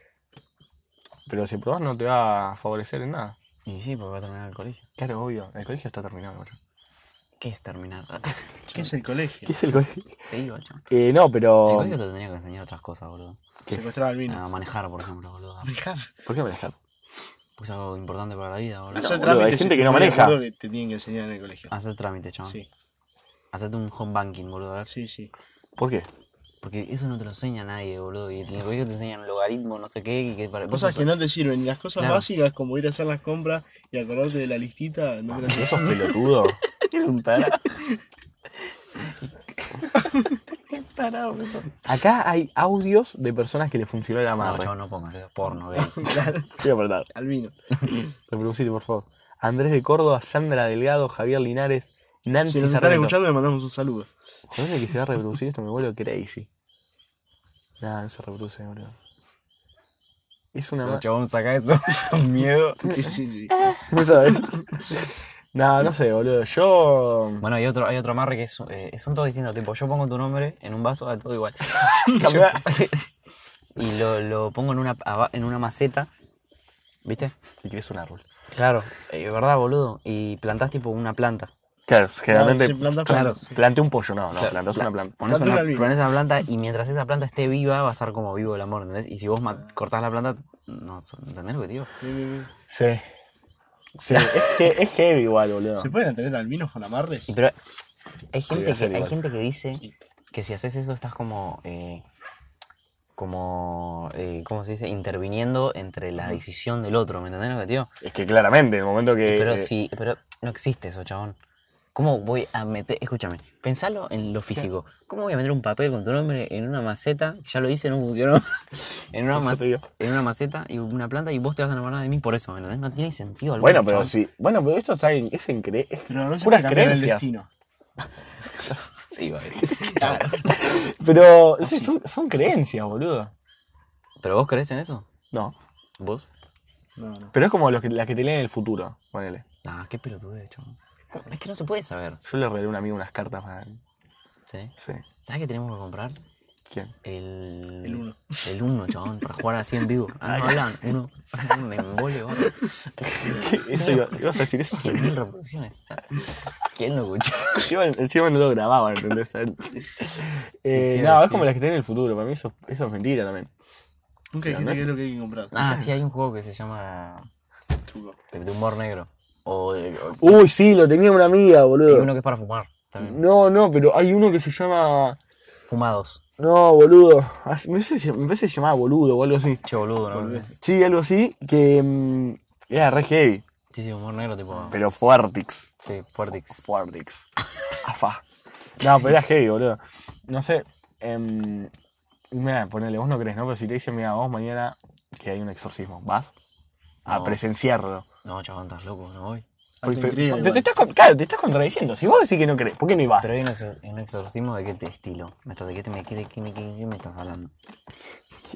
B: Pero si probás no te va a favorecer en nada.
A: Y sí, porque va a terminar el colegio.
B: Claro, obvio. El colegio está terminado, boludo.
A: ¿Qué es terminar?
C: ¿Qué es el colegio?
B: ¿Qué es el colegio?
A: Te digo, chabón.
B: Eh, no, pero.
A: El colegio te tendría que enseñar otras cosas, boludo.
C: Secuestrar al
B: Ah,
C: vino.
A: A manejar, por ejemplo, boludo.
B: ¿Por qué manejar?
A: Porque es algo importante para la vida, boludo.
C: Hacer
B: boludo,
C: trámites
B: hay gente que no
C: estudiantes,
B: maneja. Ah,
C: boludo, que te tienen que enseñar en el colegio.
A: Hacer trámites, chabón.
C: Sí,
A: Hacerte un home banking, boludo. a ver.
C: sí, sí.
B: ¿Por qué?
A: Porque eso no te lo enseña nadie, boludo. Y en el colegio te enseñan logaritmo, no sé qué. Y que para...
C: Cosas que no te sirven. Las cosas
A: Claro.
C: básicas como ir a hacer las compras y acordarte de la listita, no
B: Mami,
C: te las
B: ¿Sos pelotudo? Acá hay audios de personas que le funcionó la
A: No,
B: madre.
A: chabón, no pongas eso. es Porno, gay.
B: Sí, es verdad.
C: al vino.
B: Reproducite, por favor. Andrés de Córdoba, Sandra Delgado, Javier Linares,
C: Si
B: Nancy
C: nos están
B: Sarmiento.
C: escuchando, le mandamos un saludo.
B: Joder, que se va a reproducir esto, me vuelvo crazy. Nada, no se reproduce, boludo. Es una
A: No,
B: ma-
A: chabón, saca eso. Con miedo.
C: Sí, sí, sí.
B: ¿No sabes? no, no sé, boludo. Yo.
A: Bueno, hay otro, hay otro amarre que es, eh, son todos distintos. Tipo, yo pongo tu nombre en un vaso, a todo igual.
B: Cambiá.
A: y lo, lo pongo en una, aba- en una maceta. ¿Viste?
B: Y crees un árbol.
A: Claro, eh, es verdad, boludo. Y plantás tipo una planta.
B: Claro, generalmente.
C: se planta
A: claro.
C: plantas.
B: Planté un pollo, no, no, plantás una planta.
A: Ponés
C: Plantá
A: una,
C: una viva.
A: ponés una planta y mientras esa planta esté viva va a estar como vivo el amor, ¿entendés? Y si vos ma- cortás la planta, no, ¿entendés lo que te digo?
C: Sí, sí, sí.
B: Sí. Sí, es, que, es heavy igual, boludo.
C: ¿Se pueden atender al vino con amarres?
A: Y pero hay gente
B: Podría
A: que
B: ser
A: hay
B: igual.
A: gente que dice que si haces eso estás como eh, como eh, cómo se dice interviniendo entre la decisión del otro, ¿me entendés lo que te digo?
B: Es que claramente, en el momento que.
A: Pero
B: eh,
A: sí, pero no existe eso, chabón. ¿Cómo voy a meter, escúchame, pensalo en lo físico? ¿Cómo voy a meter un papel con tu nombre en una maceta? Ya lo hice, no funcionó. en, una
B: Eso
A: ma-
B: te digo.
A: en una maceta y una planta y vos te vas a enamorar de mí por eso, ¿me entendés? No tiene sentido alguno.
B: Bueno, pero
A: chabón.
B: sí. Bueno, pero esto está en. Es en cre- es
C: Pero no se
B: puras
C: puede cambiar el
B: creencias.
C: destino.
A: Sí, va a ir. Claro.
B: Pero sí, son, son creencias, boludo.
A: ¿Pero vos crees en eso?
B: No.
A: ¿Vos?
C: No, no.
B: Pero es como los que, las que te leen el futuro, ponele.
A: Ah, qué pelotude, chabón. ¿Cómo? Es que no se puede saber,
B: Yo le regalé a un amigo unas cartas para.
A: ¿sí?
B: Sí.
A: ¿Sabes qué tenemos que comprar?
B: ¿Quién?
A: El.
C: El uno.
A: El uno, chabón, para jugar así en vivo. Ah, no hablan, uno. Me embole, boludo.
B: Eso iba, ibas a decir eso.
A: 100.000 reproducciones. ¿Quién lo escuchó?
B: Encima, encima no lo grababan, ¿entendés? Eh,
A: Quiero
B: no, es
A: decir-
B: como las que tienen el futuro. Para mí eso, eso es mentira también.
C: Nunca dijiste qué es lo que hay que comprar.
A: Ah, sí, hay un juego que se llama.
C: Truco.
A: De humor negro. O. de- o-
B: Uy, sí, lo tenía una amiga,
A: y
B: boludo.
A: uno que es para fumar también.
B: No, no, pero hay uno que se llama.
A: Fumados.
B: No, boludo. As- Ah, Me parece me parece que se llamaba boludo o algo así.
A: Che, boludo, ¿no?
B: Sí, algo así, que mm, era re heavy.
A: Sí, sí, humor negro, tipo.
B: Pero Fuertix.
A: Sí, Fortix.
B: Fuertix. Afa. No, pero era heavy, boludo. No sé. em, mira, ponele, vos no crees, ¿no? Pero si te dicen, mira, vos mañana que hay un exorcismo, ¿vas? A
A: No.
B: presenciarlo.
A: No, chabón, estás loco, no voy.
C: Alta
B: Porque-
C: intriga,
B: pero
C: igual.
B: te estás, con- claro, te estás contradiciendo. Si vos decís que no crees, ¿por qué no ibas?
A: Pero hay un, exor- un exorcismo de qué te estilo. Me estás- ¿De qué te me, qué, qué- qué- qué- qué me estás hablando?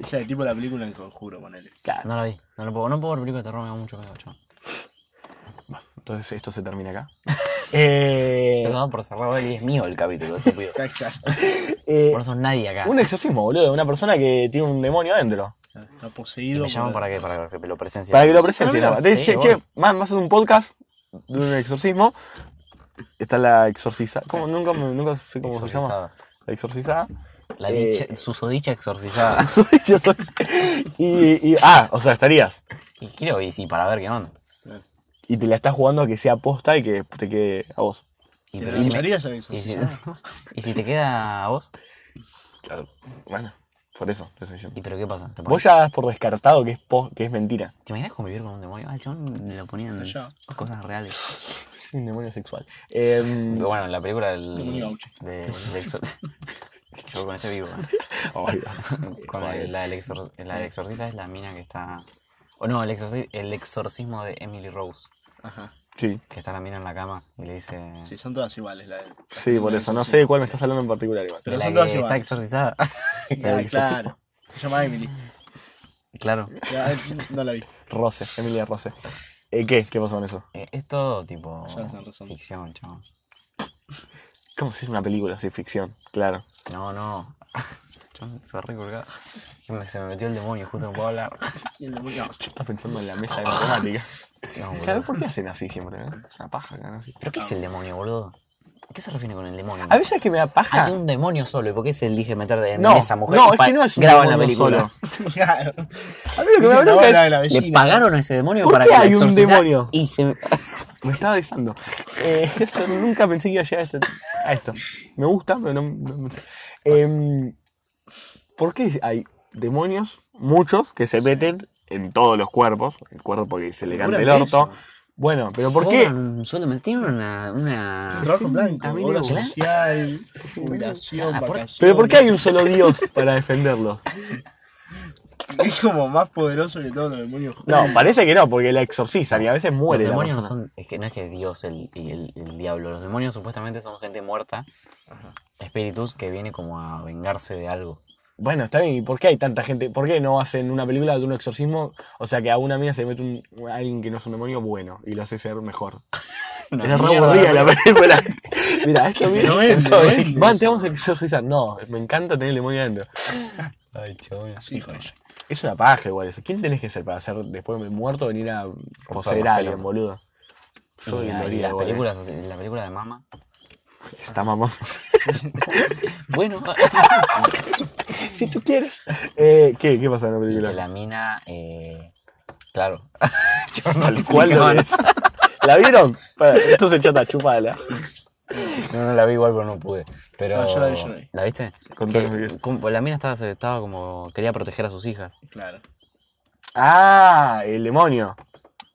C: O sea, tipo la película en conjuro, ponele.
B: Claro.
A: No la vi. No, lo puedo, no puedo ver películas de terror, me da mucho miedo, chabón.
B: Entonces esto se termina acá. Eh,
A: Te daba por cerrado y es mío el capítulo, estúpido.
C: Exacto.
B: eh,
A: Por eso nadie acá.
B: un exorcismo, boludo. Una persona que tiene un demonio adentro.
C: Está
A: Y
C: poseído.
A: me llaman
C: por-
A: para que, para que lo presencie.
B: Para que lo presencie.
A: Ah,
B: nada más. Te
A: sí,
B: dice,
A: voy.
B: che, más, más un podcast de un exorcismo. Está la exorcisa. ¿Cómo? Nunca, me- nunca sé cómo se llama.
A: Exorcizada.
B: La exorcizada.
A: La
B: Eh,
A: dicha, susodicha exorcizada.
B: Yo soy- y, y- ah, o sea, estarías.
A: y quiero ir, sí, para ver qué onda.
B: Y te la estás jugando a que sea posta y que te quede a vos.
A: Y,
C: ¿Te
A: pero
C: lo
A: si me-
C: usarías a la
A: y si-
C: exorcizada?
A: y si te queda a vos,
B: Claro. Bueno, por eso te estoy diciendo.
A: ¿y pero qué pasa? ¿Te,
B: Vos
A: pones-
B: ya das por descartado que es, po- que es mentira.
A: ¿Te imaginas convivir con un demonio? Al chabón le lo ponían
C: Allá.
A: cosas reales.
B: Es un demonio sexual. Em,
A: Pero bueno, en la película del.
C: Demonio gaucho.
A: De, del exor- Yo con ese vivo. ¿eh?
B: ay,
A: Con la, la del exor- la del exorcista es la mina que está. O no, el, exorci- el exorcismo de Emily Rose.
C: Ajá.
B: sí,
A: Que está la mina en la cama y le dice.
C: Sí, son todas iguales. La, la-
B: sí, por
C: la
B: eso. No sé
C: exorcista.
B: de cuál me estás hablando en particular igual.
C: Pero
A: la
C: son
A: que
C: todas
A: está
C: iguales.
A: exorcizada.
C: Ah,
B: El
C: claro. Se llama Emily.
A: claro.
C: Ya, no la vi.
B: Rose, Emilia Rose. Eh, ¿Qué? ¿Qué pasó con eso?
A: Eh, es todo tipo.
C: Ya están razón.
A: Ficción, chabón.
B: ¿Cómo si es una película? Sí, ficción, claro.
A: No, no. Chabón, se va recolgado. Que me- Se me metió el demonio, justo no puedo hablar.
C: Y el demonio gaucho.
B: Estás pensando en la mesa de matemática.
A: No, boludo.
B: Claro, ¿por qué hacen así siempre? eh? Una paja acá, ¿no?
A: ¿Pero qué es el demonio, boludo? ¿A ¿Qué se refiere con el demonio?
B: A veces es que me da
A: Ah,
B: paja.
A: tiene un demonio solo. ¿Y por qué se elige meter de en
B: No,
A: esa mujer?
B: no,
A: y
B: es
A: pa-
B: que no es un
A: graban la
B: demonio
A: película.
B: solo.
C: Claro.
B: A mí lo que me da
C: No,
B: bronca
C: la
B: es...
C: de la
A: Le
C: vecina.
A: pagaron a ese demonio
B: ¿Por
A: para
B: qué
A: que la
B: hay un
A: exorcizara
B: demonio?
A: Y se...
B: Me estaba besando. Eh, eso nunca pensé que iba a llegar a esto. a esto. Me gusta, pero no... no- Em, ¿Por qué hay demonios, muchos, que se meten en todos los cuerpos? El cuerpo que se le canta el
C: Seguramente
B: orto.
C: eso.
B: Bueno, pero ¿por qué?
A: Cobran un sueldo, me- tienen una...
C: Un
A: una...
C: Trabajo en
B: A
C: blanco,
B: mí
C: obra
B: no.
C: social, jubilación,
A: Ah, ¿por-
C: vacaciones.
B: ¿Pero por qué hay un solo dios para defenderlo?
C: Es como más poderoso que todos los demonios.
B: No, parece que no, porque la exorcizan y a veces muere
A: los
B: la
A: demonios no
B: persona.
A: son... Es que no es que Dios el, y el, el diablo. Los demonios supuestamente son gente muerta. Espíritus que viene como a vengarse de algo.
B: Bueno, está bien, ¿y por qué hay tanta gente? ¿Por qué no hacen una película de un exorcismo? O sea, que a una mina se mete un, alguien que no es un demonio bueno y lo hace ser mejor. Era re aburrida la película. Mira, esto mira,
C: no vende,
B: eso,
C: no
B: eh.
C: vende.
B: Man, te vamos a exorcizar. No, me encanta tener el demonio adentro.
A: Ay, chabón.
C: Sí, hijo de ella.
B: Es una paja igual eso. ¿Quién tenés que ser para ser después de muerto venir a poseer
A: las
B: a alguien,
A: pelotas.
B: boludo? Yo
A: Y
B: lo
A: la, y
B: haría,
A: las
B: boludo.
A: películas, así- la película de Mama.
B: Está mamón.
A: Bueno,
B: si tú quieres. Eh, ¿qué, ¿Qué pasa en la
A: y
B: película?
A: que la mina... Eh, claro.
B: Tal cual lo
A: explicaban.
B: ves. ¿La vieron? Para, esto se chata, chupala.
A: No, no la vi igual, pero no pude. Pero,
C: No, Ah, yo la vi, yo la vi.
A: viste?
B: Contame,
A: Que-
B: Miguel.
A: como- la mina estaba, estaba como... Quería proteger a sus hijas.
C: Claro.
B: Ah, el demonio.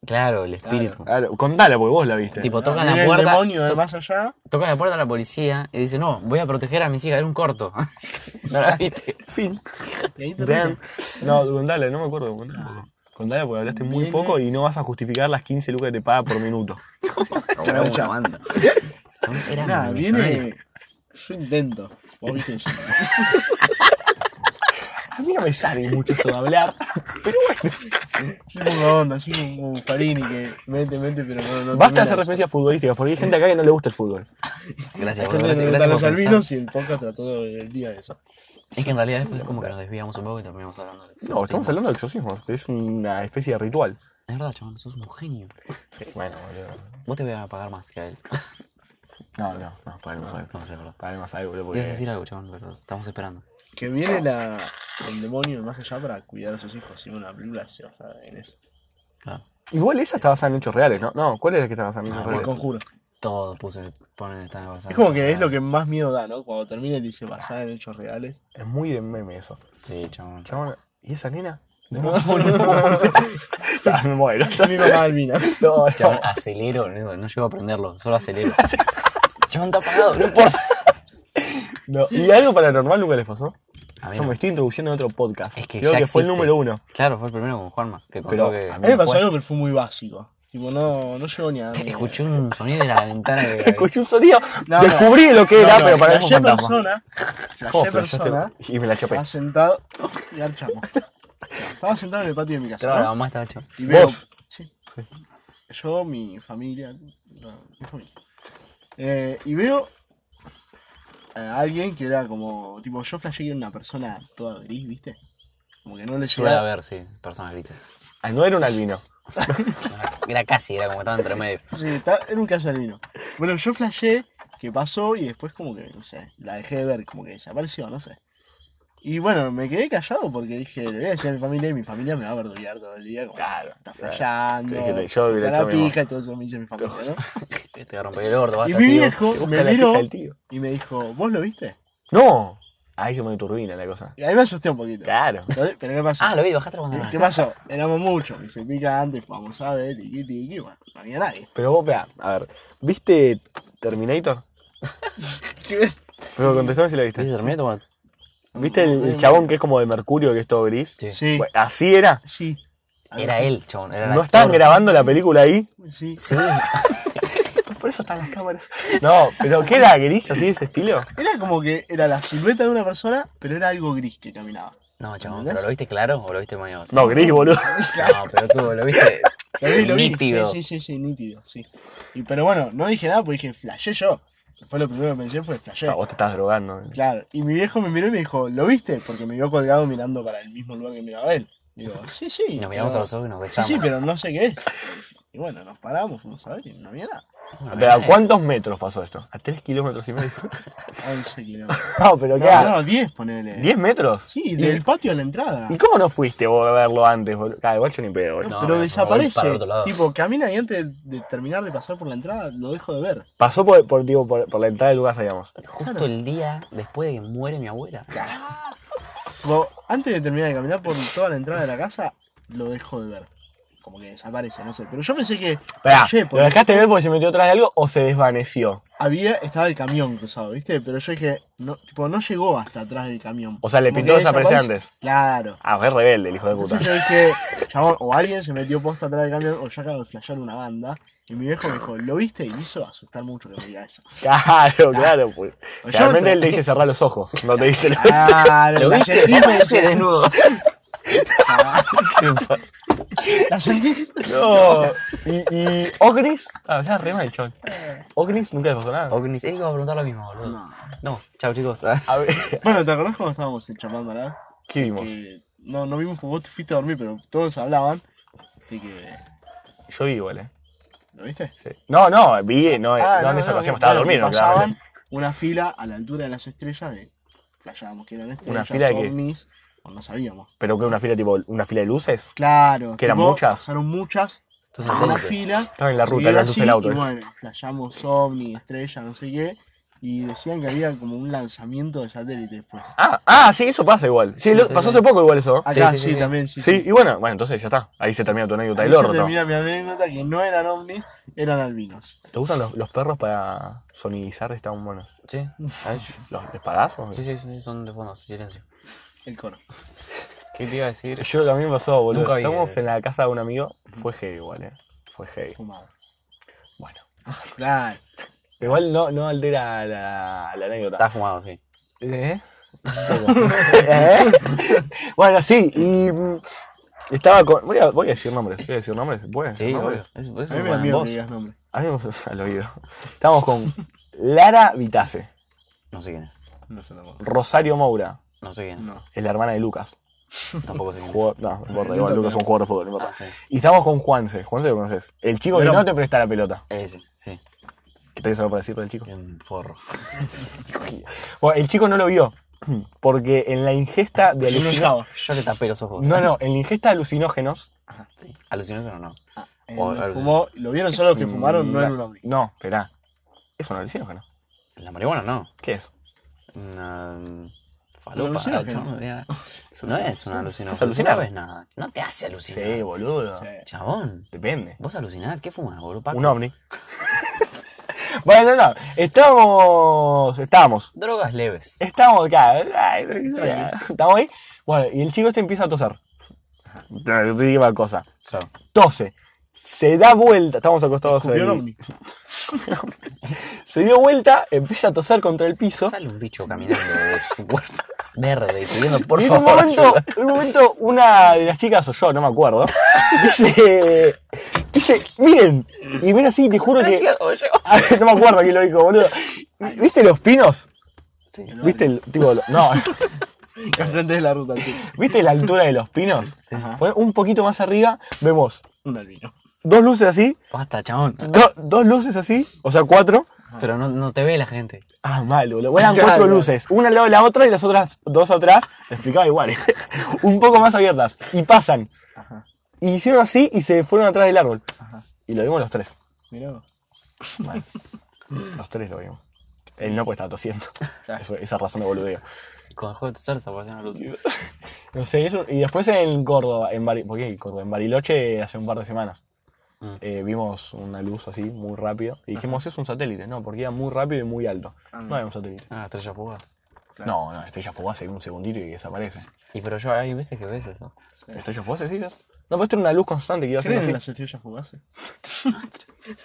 A: Claro, el espíritu.
B: Claro, contala porque vos la viste.
A: Tipo, tocan
C: Viene
A: la
C: el
A: puerta...
C: demonio de
A: to-
C: más allá.
A: tocan la puerta a la policía y dice, no, voy a proteger a mis hijas. Era un corto. no la viste.
B: Fin.
C: Y ahí
B: Damn.
C: termina.
B: No, contala, no me acuerdo. Contala, contala porque hablaste muy
C: Viene-
B: poco y no vas a justificar las 15 lucas que te paga por minuto.
A: Era una banda. Era
C: Nada,
A: millonario.
C: viene. Yo intento. Vos viste eso.
B: A mí no me sale mucho esto de hablar.
C: Soy poca onda, así como como Farini que mete, mete, pero no. no
B: Basta de
C: termina.
B: hacer referencias futbolísticas, porque hay gente acá que no le gusta el fútbol.
A: Gracias,
C: La
A: boludo, gracias,
C: gente le pregunta a
A: gracias
C: este los
A: por
C: albinos
A: pensar.
C: y el podcast trató el día de eso.
A: Es que en realidad después como que nos desviamos un poco y terminamos hablando de
B: No, estamos hablando de exorcismos, que es una especie de ritual.
A: Es verdad, chaval, sos un genio.
B: Bueno, boludo.
A: Vos te voy a pagar más que a él.
B: No, no, no, paguemos algo.
A: No, sí, es verdad.
B: Paguemos algo, boludo.
A: Ibas a
B: Porque...
A: decir algo, chaval, pero estamos esperando.
C: Que viene la, el demonio del más allá para cuidar a sus hijos. Si una película se basa en eso.
B: Ah.
A: Claro.
B: Igual esa está basada en hechos reales, ¿no? No, ¿cuál era la que está basada en hechos
A: Ah,
C: Me
B: reales?
C: conjuro.
A: Todo puse, ponen esta cosa.
C: Es como que
B: Ah.
C: es lo que más miedo da, ¿no? Cuando termina y dice basada en hechos reales.
B: Es muy de meme eso.
A: Sí, chaval.
B: Chabón, ¿y esa nena?
C: No, no.
B: Ah, me muero.
C: Está mi mamá albina.
B: No,
A: Chaval,
B: no.
A: acelero, no, no llego a aprenderlo, solo acelero. chaval, está apagado, no importa.
B: no. ¿Y algo paranormal nunca les pasó?
A: A mí
B: Yo
A: no.
B: me estoy introduciendo en otro podcast.
A: Es que
B: Creo
A: ya
B: que fue el
A: existe.
B: número uno.
A: Claro, fue el primero con Juanma, que
B: Pero
A: contó
B: a
A: que...
B: mí-
C: A mí me pasó algo, pero fue muy básico. Tipo, no, no llegó ni a.
A: Escuché un sonido de la ventana de...
B: Escuché un sonido,
C: No, no.
B: descubrí lo que era,
C: No, no,
B: pero para mí fue
C: flashé
B: un fantasma.
C: persona.
B: ¿Cómo
C: Flashé
B: flashaste?
C: persona.
B: Y me la chopé.
C: Estaba sentado. Y archamos. Estaba sentado en el patio de mi casa.
A: Claro,
C: ¿no?
A: la mamá estaba hecho.
C: Y veo,
B: ¿Vos?
C: sí. Yo, mi familia. no, mi familia. Eh, y veo eh, a alguien que era como. Tipo, yo flashé que era una persona toda gris, ¿viste? Como que no le
A: Suele
C: llegaba.
A: haber, sí, personas grises.
B: Ah, no era un albino.
A: Era casi, era como estaba entre medio.
C: Sí, está- era un casalino. Bueno, yo flashé que pasó y después, como que, no sé, la dejé de ver, como que desapareció, no sé. Y bueno, me quedé callado porque dije, le voy a decir a mi familia y mi familia me va a verduliar todo el día. Como,
B: Claro,
C: está
B: claro.
C: flashando.
B: Te dije, yo hubiera
C: está
B: hecho
C: la
B: lo mismo.
C: pija y todo eso me dice mi familia, ¿no?
A: Te voy a romper el orto,
C: Y
A: basta,
C: mi
A: tío.
C: viejo me
B: Busca la pija
C: miró
B: del tío.
C: y me dijo, ¿vos lo viste?
B: No. Ahí se me turbina la cosa.
C: Y ahí me asusté un poquito.
B: Claro.
C: Pero pero ¿qué pasó?
A: Ah, lo vi, bajaste la bandana.
C: ¿Qué pasó? Éramos muchos, y se pica antes, vamos a ver, y tiki, bueno, no había nadie.
B: Pero vos, vea, a ver, ¿viste Terminator? Pero contestame si la
A: ¿Viste
B: viste.
A: Terminator? Bueno,
B: ¿Viste el, el chabón que es como de mercurio, que es todo gris?
A: Sí.
C: Sí,
B: Bueno, así era.
C: sí.
A: Era él, chabón. Era el
B: ¿No
A: actor.
B: estaban grabando la película ahí?
C: Sí.
A: Sí.
B: Por eso están las cámaras. No, pero ¿qué era gris así de ese estilo?
C: Era como que era la silueta de una persona, pero era algo gris que caminaba.
A: No, chabón, ¿pero lo viste claro o lo viste mañana?
B: No, gris, boludo.
A: No, pero tú lo viste.
C: Lo vi, lo vi.
A: Nítido.
C: Sí, sí, sí, sí, nítido, sí. Y, pero bueno, no dije nada porque dije, flashé yo. Después lo primero que pensé fue, flashé.
A: Ah,
B: No, vos te estás drogando.
C: Claro, y mi viejo me miró y me dijo, ¿lo viste? Porque me vio colgado mirando para el mismo lugar que miraba él. Digo, sí, sí.
A: Y nos miramos
C: pero-
A: a los ojos y nos
C: Sí,
A: besamos.
C: sí, pero no sé qué es. Y bueno, nos paramos, fuimos a ver y no había nada.
A: Bueno,
B: Pero, ¿A
A: eh,
B: cuántos metros pasó esto? ¿A 3 kilómetros y medio?
C: 11 kilómetros.
B: No, pero ¿qué?
C: No,
B: ¿A
C: no, 10, ponele.
B: ¿10 metros?
C: Sí,
B: ¿Y-
C: del patio a la entrada.
B: ¿Y cómo no fuiste vos a verlo antes? boludo? Ah, igual yo ni pedo, boludo.
A: No, me-
C: pero
A: me voy
C: desaparece.
A: para el otro lado.
C: Tipo, camina y antes de terminar de pasar por la entrada, lo dejo de ver.
B: Pasó por, por, digo, por, por la entrada de tu casa, digamos.
A: Justo el día después de que muere mi abuela.
C: Tipo, antes de terminar de caminar por toda la entrada de la casa, lo dejo de ver. Como que desaparece, no sé. Pero yo pensé que
B: Pará,
C: Che,
B: ¿lo
C: porque
B: dejaste ver porque se metió atrás de algo o se desvaneció?
C: había, estaba el camión cruzado, ¿viste? Pero yo dije, no, tipo, no llegó hasta atrás del camión.
B: O sea, le
C: Como
B: pintó
C: que
B: desaparecer
C: desaparece.
B: antes.
C: Claro.
B: Ah, fue rebelde el hijo de puta.
C: Entonces yo dije, chabón, o alguien se metió posta atrás del camión, o yo acabo de flashear una banda. Y mi viejo me dijo, ¿lo viste? Y me hizo asustar mucho que me diga eso.
B: Claro, claro, pues.
C: Yo
B: Realmente
C: te-
B: él te dice cerrar los ojos, no te dice lo
C: Claro, la sentí,
A: Sí, desnudo.
B: que pasa.
C: la sentí.
B: Ah, No. Y, y Ognis. Hablaba re mal, chon. Ognis nunca le pasó nada.
A: Ognis, eh, iba a preguntar lo mismo, boludo. No, chao chicos.
B: A ver,
C: Bueno, ¿te acordás cuando estábamos en Chapán
B: ¿qué vimos?
C: Que no, no vimos porque vos te fuiste a dormir, pero todos hablaban. Así que.
B: Yo vi igual, eh.
C: ¿Lo viste?
B: Sí. No, no, vi, no,
C: Ah,
B: no, en esa ocasión estaba
C: bueno, que
B: dormido,
C: Pasaban
B: claramente.
C: una fila a la altura de las estrellas de. Flashábamos que eran estrellas.
B: fila de qué?
C: ovnis, o no sabíamos.
B: Pero que una fila tipo, una fila de luces.
C: Claro.
B: ¿Que eran
C: tipo,
B: muchas?
C: Pasaron muchas.
A: Tú
C: en la
A: sabes.
C: fila.
B: Estaba en la
C: se
B: ruta,
C: vieron
B: la luz
C: así,
B: del auto.
C: Y
B: eh.
C: bueno, flasheamos ovni, estrella, no sé qué. Y decían que había como un lanzamiento de satélite después.
B: Ah, ah, sí, eso pasa igual. Sí, lo-
A: sí,
B: pasó
A: sí.
B: hace poco igual eso.
C: Acá sí,
A: sí, sí.
C: también, sí.
B: Sí, y bueno, bueno, entonces ya está. Ahí se termina tu anécdota del
C: Ahí se
B: orto.
C: termina mi anécdota que no eran ovnis, eran albinos.
B: ¿Te gustan los, los perros para sonidizar? Están buenos.
C: Ah,
A: Sí, ay,
B: ¿Los, ¿Les pagás o-
A: sí, sí, sí, son de fondo, silencio.
C: El coro.
A: ¿Qué te iba a decir?
B: Yo también pasó, boludo.
A: Nunca vi
B: Estamos
A: eso.
B: en la casa de un amigo. Fue heavy igual, eh. Fue heavy.
C: Fumado.
B: Bueno.
C: Claro.
B: Igual no, no altera la, la anécdota.
A: Está fumado, sí.
B: ¿Eh? ¿Eh? bueno, sí, y mm, Estaba con. Voy a, voy a decir nombres. ¿Voy a decir nombres? ¿Se puede? decir
A: Sí,
B: nombres?
A: obvio. Es, es
C: A mí me
A: una
C: da miedo
A: voz.
C: que digas nombre.
B: Ahí vamos al oído. Estamos con Lara Vitase,
A: No sé quién es.
C: No sé tampoco.
B: Rosario Moura,
A: No sé quién
C: No.
B: es la hermana de Lucas.
A: es. Tampoco sé quién es.
B: Jugó- no, no importa, igual Lucas es un jugador de fútbol, no importa.
A: Ah, sí.
B: Y estamos con Juanse, Juanse lo conoces. El chico que
C: Verón.
B: no te presta la pelota.
A: Ese, sí.
B: ¿Qué tenés algo para decir del chico?
A: Un forro.
B: Bueno, el chico no lo vio. Porque en la ingesta de alucinógenos.
A: Yo le tapé los ojos.
B: No, no, en la ingesta de alucinógenos.
A: Sí. Alucinógeno no.
C: Él
A: O- o-
C: Ah, eh, fumó- ¿Lo vieron solo los que fumaron? No
B: Mm,
C: era un ovni.
B: No, esperá. Es un alucinógeno.
A: La marihuana no.
B: ¿Qué es?
A: Una mm,
C: Un
A: falopa,
C: alucinógeno.
A: chabón, no tiene nada. No es una alucinógeno.
B: Estás alucinado.
A: No ves nada. No te hace alucinar.
B: boludo.
A: Chabón,
B: Depende.
A: vos alucinás. ¿Qué fumas, boludo? Paco?
B: Un ovni. bueno, no. Estamos. Estamos.
A: Drogas leves.
B: Estamos acá. Ay, Estamos ahí. Bueno, y el chico este empieza a toser. La última cosa.
A: Claro.
B: Tose. Se da vuelta. Estamos acostados
C: Escupió
B: ahí.
C: un ovni.
B: Se dio vuelta, empieza a toser contra el piso.
A: Sale un bicho caminando de su cuerpo verde y pidiendo por
B: y en un
A: favor.
B: momento,
A: ayuda.
B: en un momento, una de las chicas, o yo, no me acuerdo, dice, dice, miren, y mira así, te juro que,
A: Chicos, oye,
B: no me acuerdo quién lo dijo, boludo, ¿viste los pinos? ¿Viste el, tipo, lo- no,
C: Al frente de la ruta, sí.
B: ¿viste la altura de los pinos?
C: Ajá.
B: Fue Un poquito más arriba, vemos
C: Un albino.
B: dos luces así,
A: Basta, chabón.
B: do- dos luces así, o sea, cuatro,
A: Pero no, no te ve la gente.
B: Ah, mal, boludo. Eran cuatro
C: Claro.
B: luces, una al lado de la otra y las otras dos atrás, te explicaba igual, un poco más abiertas. Y pasan.
C: Ajá.
B: Y hicieron así y se fueron atrás del árbol.
C: Ajá.
B: Y lo vimos los tres.
C: Mirá vos.
B: Mal. los tres lo vimos. Él no, pues estaba tosiendo.
C: Claro.
B: Eso- esa razón de boludeo.
A: Con el juego de tu salsa apareció una luz.
B: No sé, eso- y después en Córdoba, en, Bari- ¿por qué Córdoba? en Bariloche, hace un par de semanas,
A: Mm.
B: eh, vimos una luz así, muy rápido. Y dijimos, es un satélite, no, porque era muy rápido y muy alto. No era un satélite.
A: Ah, estrella fugaz.
C: Claro.
B: No, no, estrella fugaz en un segundito y desaparece.
A: Y pero yo hay veces que ves eso.
B: ¿Estrella fugaz, sí? No, pero esto era una luz constante que iba haciendo
C: ¿Creen en
B: así.
C: las estrellas fugaces?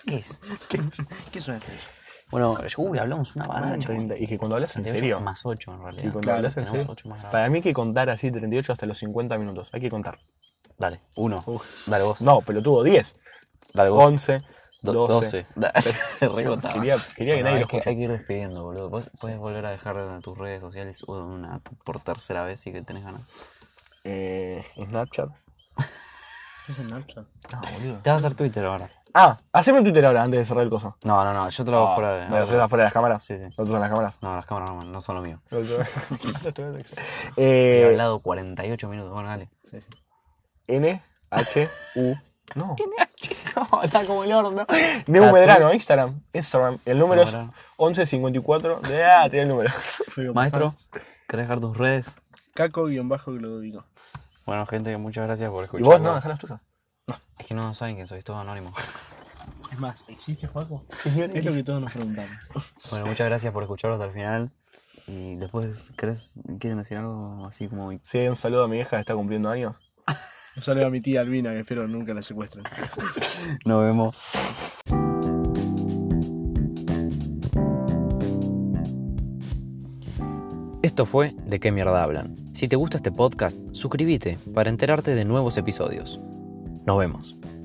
A: ¿Qué es?
C: ¿Qué son estrellas?
A: Bueno, yo, uy, hablamos una barra,
B: Ah,
A: chabón.
B: 30, Y que cuando hablas en
A: 38
B: serio,
A: Más 8 en realidad.
B: Sí, cuando
A: Claro,
B: hablas en
A: tenemos
B: serio.
A: ocho más grabados.
B: para mí hay que contar así 38 hasta los 50 minutos. Hay que contar.
A: Dale, uno. Dale vos.
B: No, pelotudo, 10,
A: Dale vos.
B: 11,
A: Do-
B: 12.
A: Da- Rebotaba.
B: Quería, quería que
A: Bueno,
B: nadie
A: hay
B: lo
A: que,
B: escuche.
A: hay que ir despidiendo, boludo. ¿Vos podés volver a dejar en tus redes sociales una por tercera vez si que tenés ganas?
B: Eh, Snapchat.
C: ¿Qué es el Snapchat?
B: No, boludo.
A: Te vas a hacer Twitter ahora.
B: Ah, haceme un Twitter ahora antes de cerrar el coso.
A: No, no, no, yo te lo hago fuera de.
B: Ah, ¿Me lo haces afuera de las cámaras?
A: Sí, sí.
B: ¿No te usan las cámaras?
A: No, las cámaras no, no son lo mío. He
B: eh,
A: hablado 48 minutos, bueno, dale.
B: N, H, U. No.
A: no, está como el horno.
B: Neu
A: Ah,
B: Medrano, Instagram. Instagram. El número es
A: Medrano.
B: 1154. De, ah, tiene el número.
C: Soy
A: Maestro, ¿querés dejar tus redes?
C: Caco-Glodovico.
A: Bueno, gente, muchas gracias por
B: ¿Y
A: escuchar.
B: vos no? Dejá las tuyas.
A: Es que no saben quién soy, todo anónimo.
C: Es más, ¿existe Paco? Es lo que todos nos preguntamos.
A: Bueno, muchas gracias por escucharlo hasta el final. Y después, ¿querés, ¿quieren decir algo así como
B: Sí, un saludo a mi hija que está cumpliendo años.
C: Un saludo a mi tía Albina, que espero nunca la secuestren.
A: nos vemos?
E: Esto fue De qué mierda hablan. Si te gusta este podcast, suscríbete para enterarte de nuevos episodios. Nos vemos.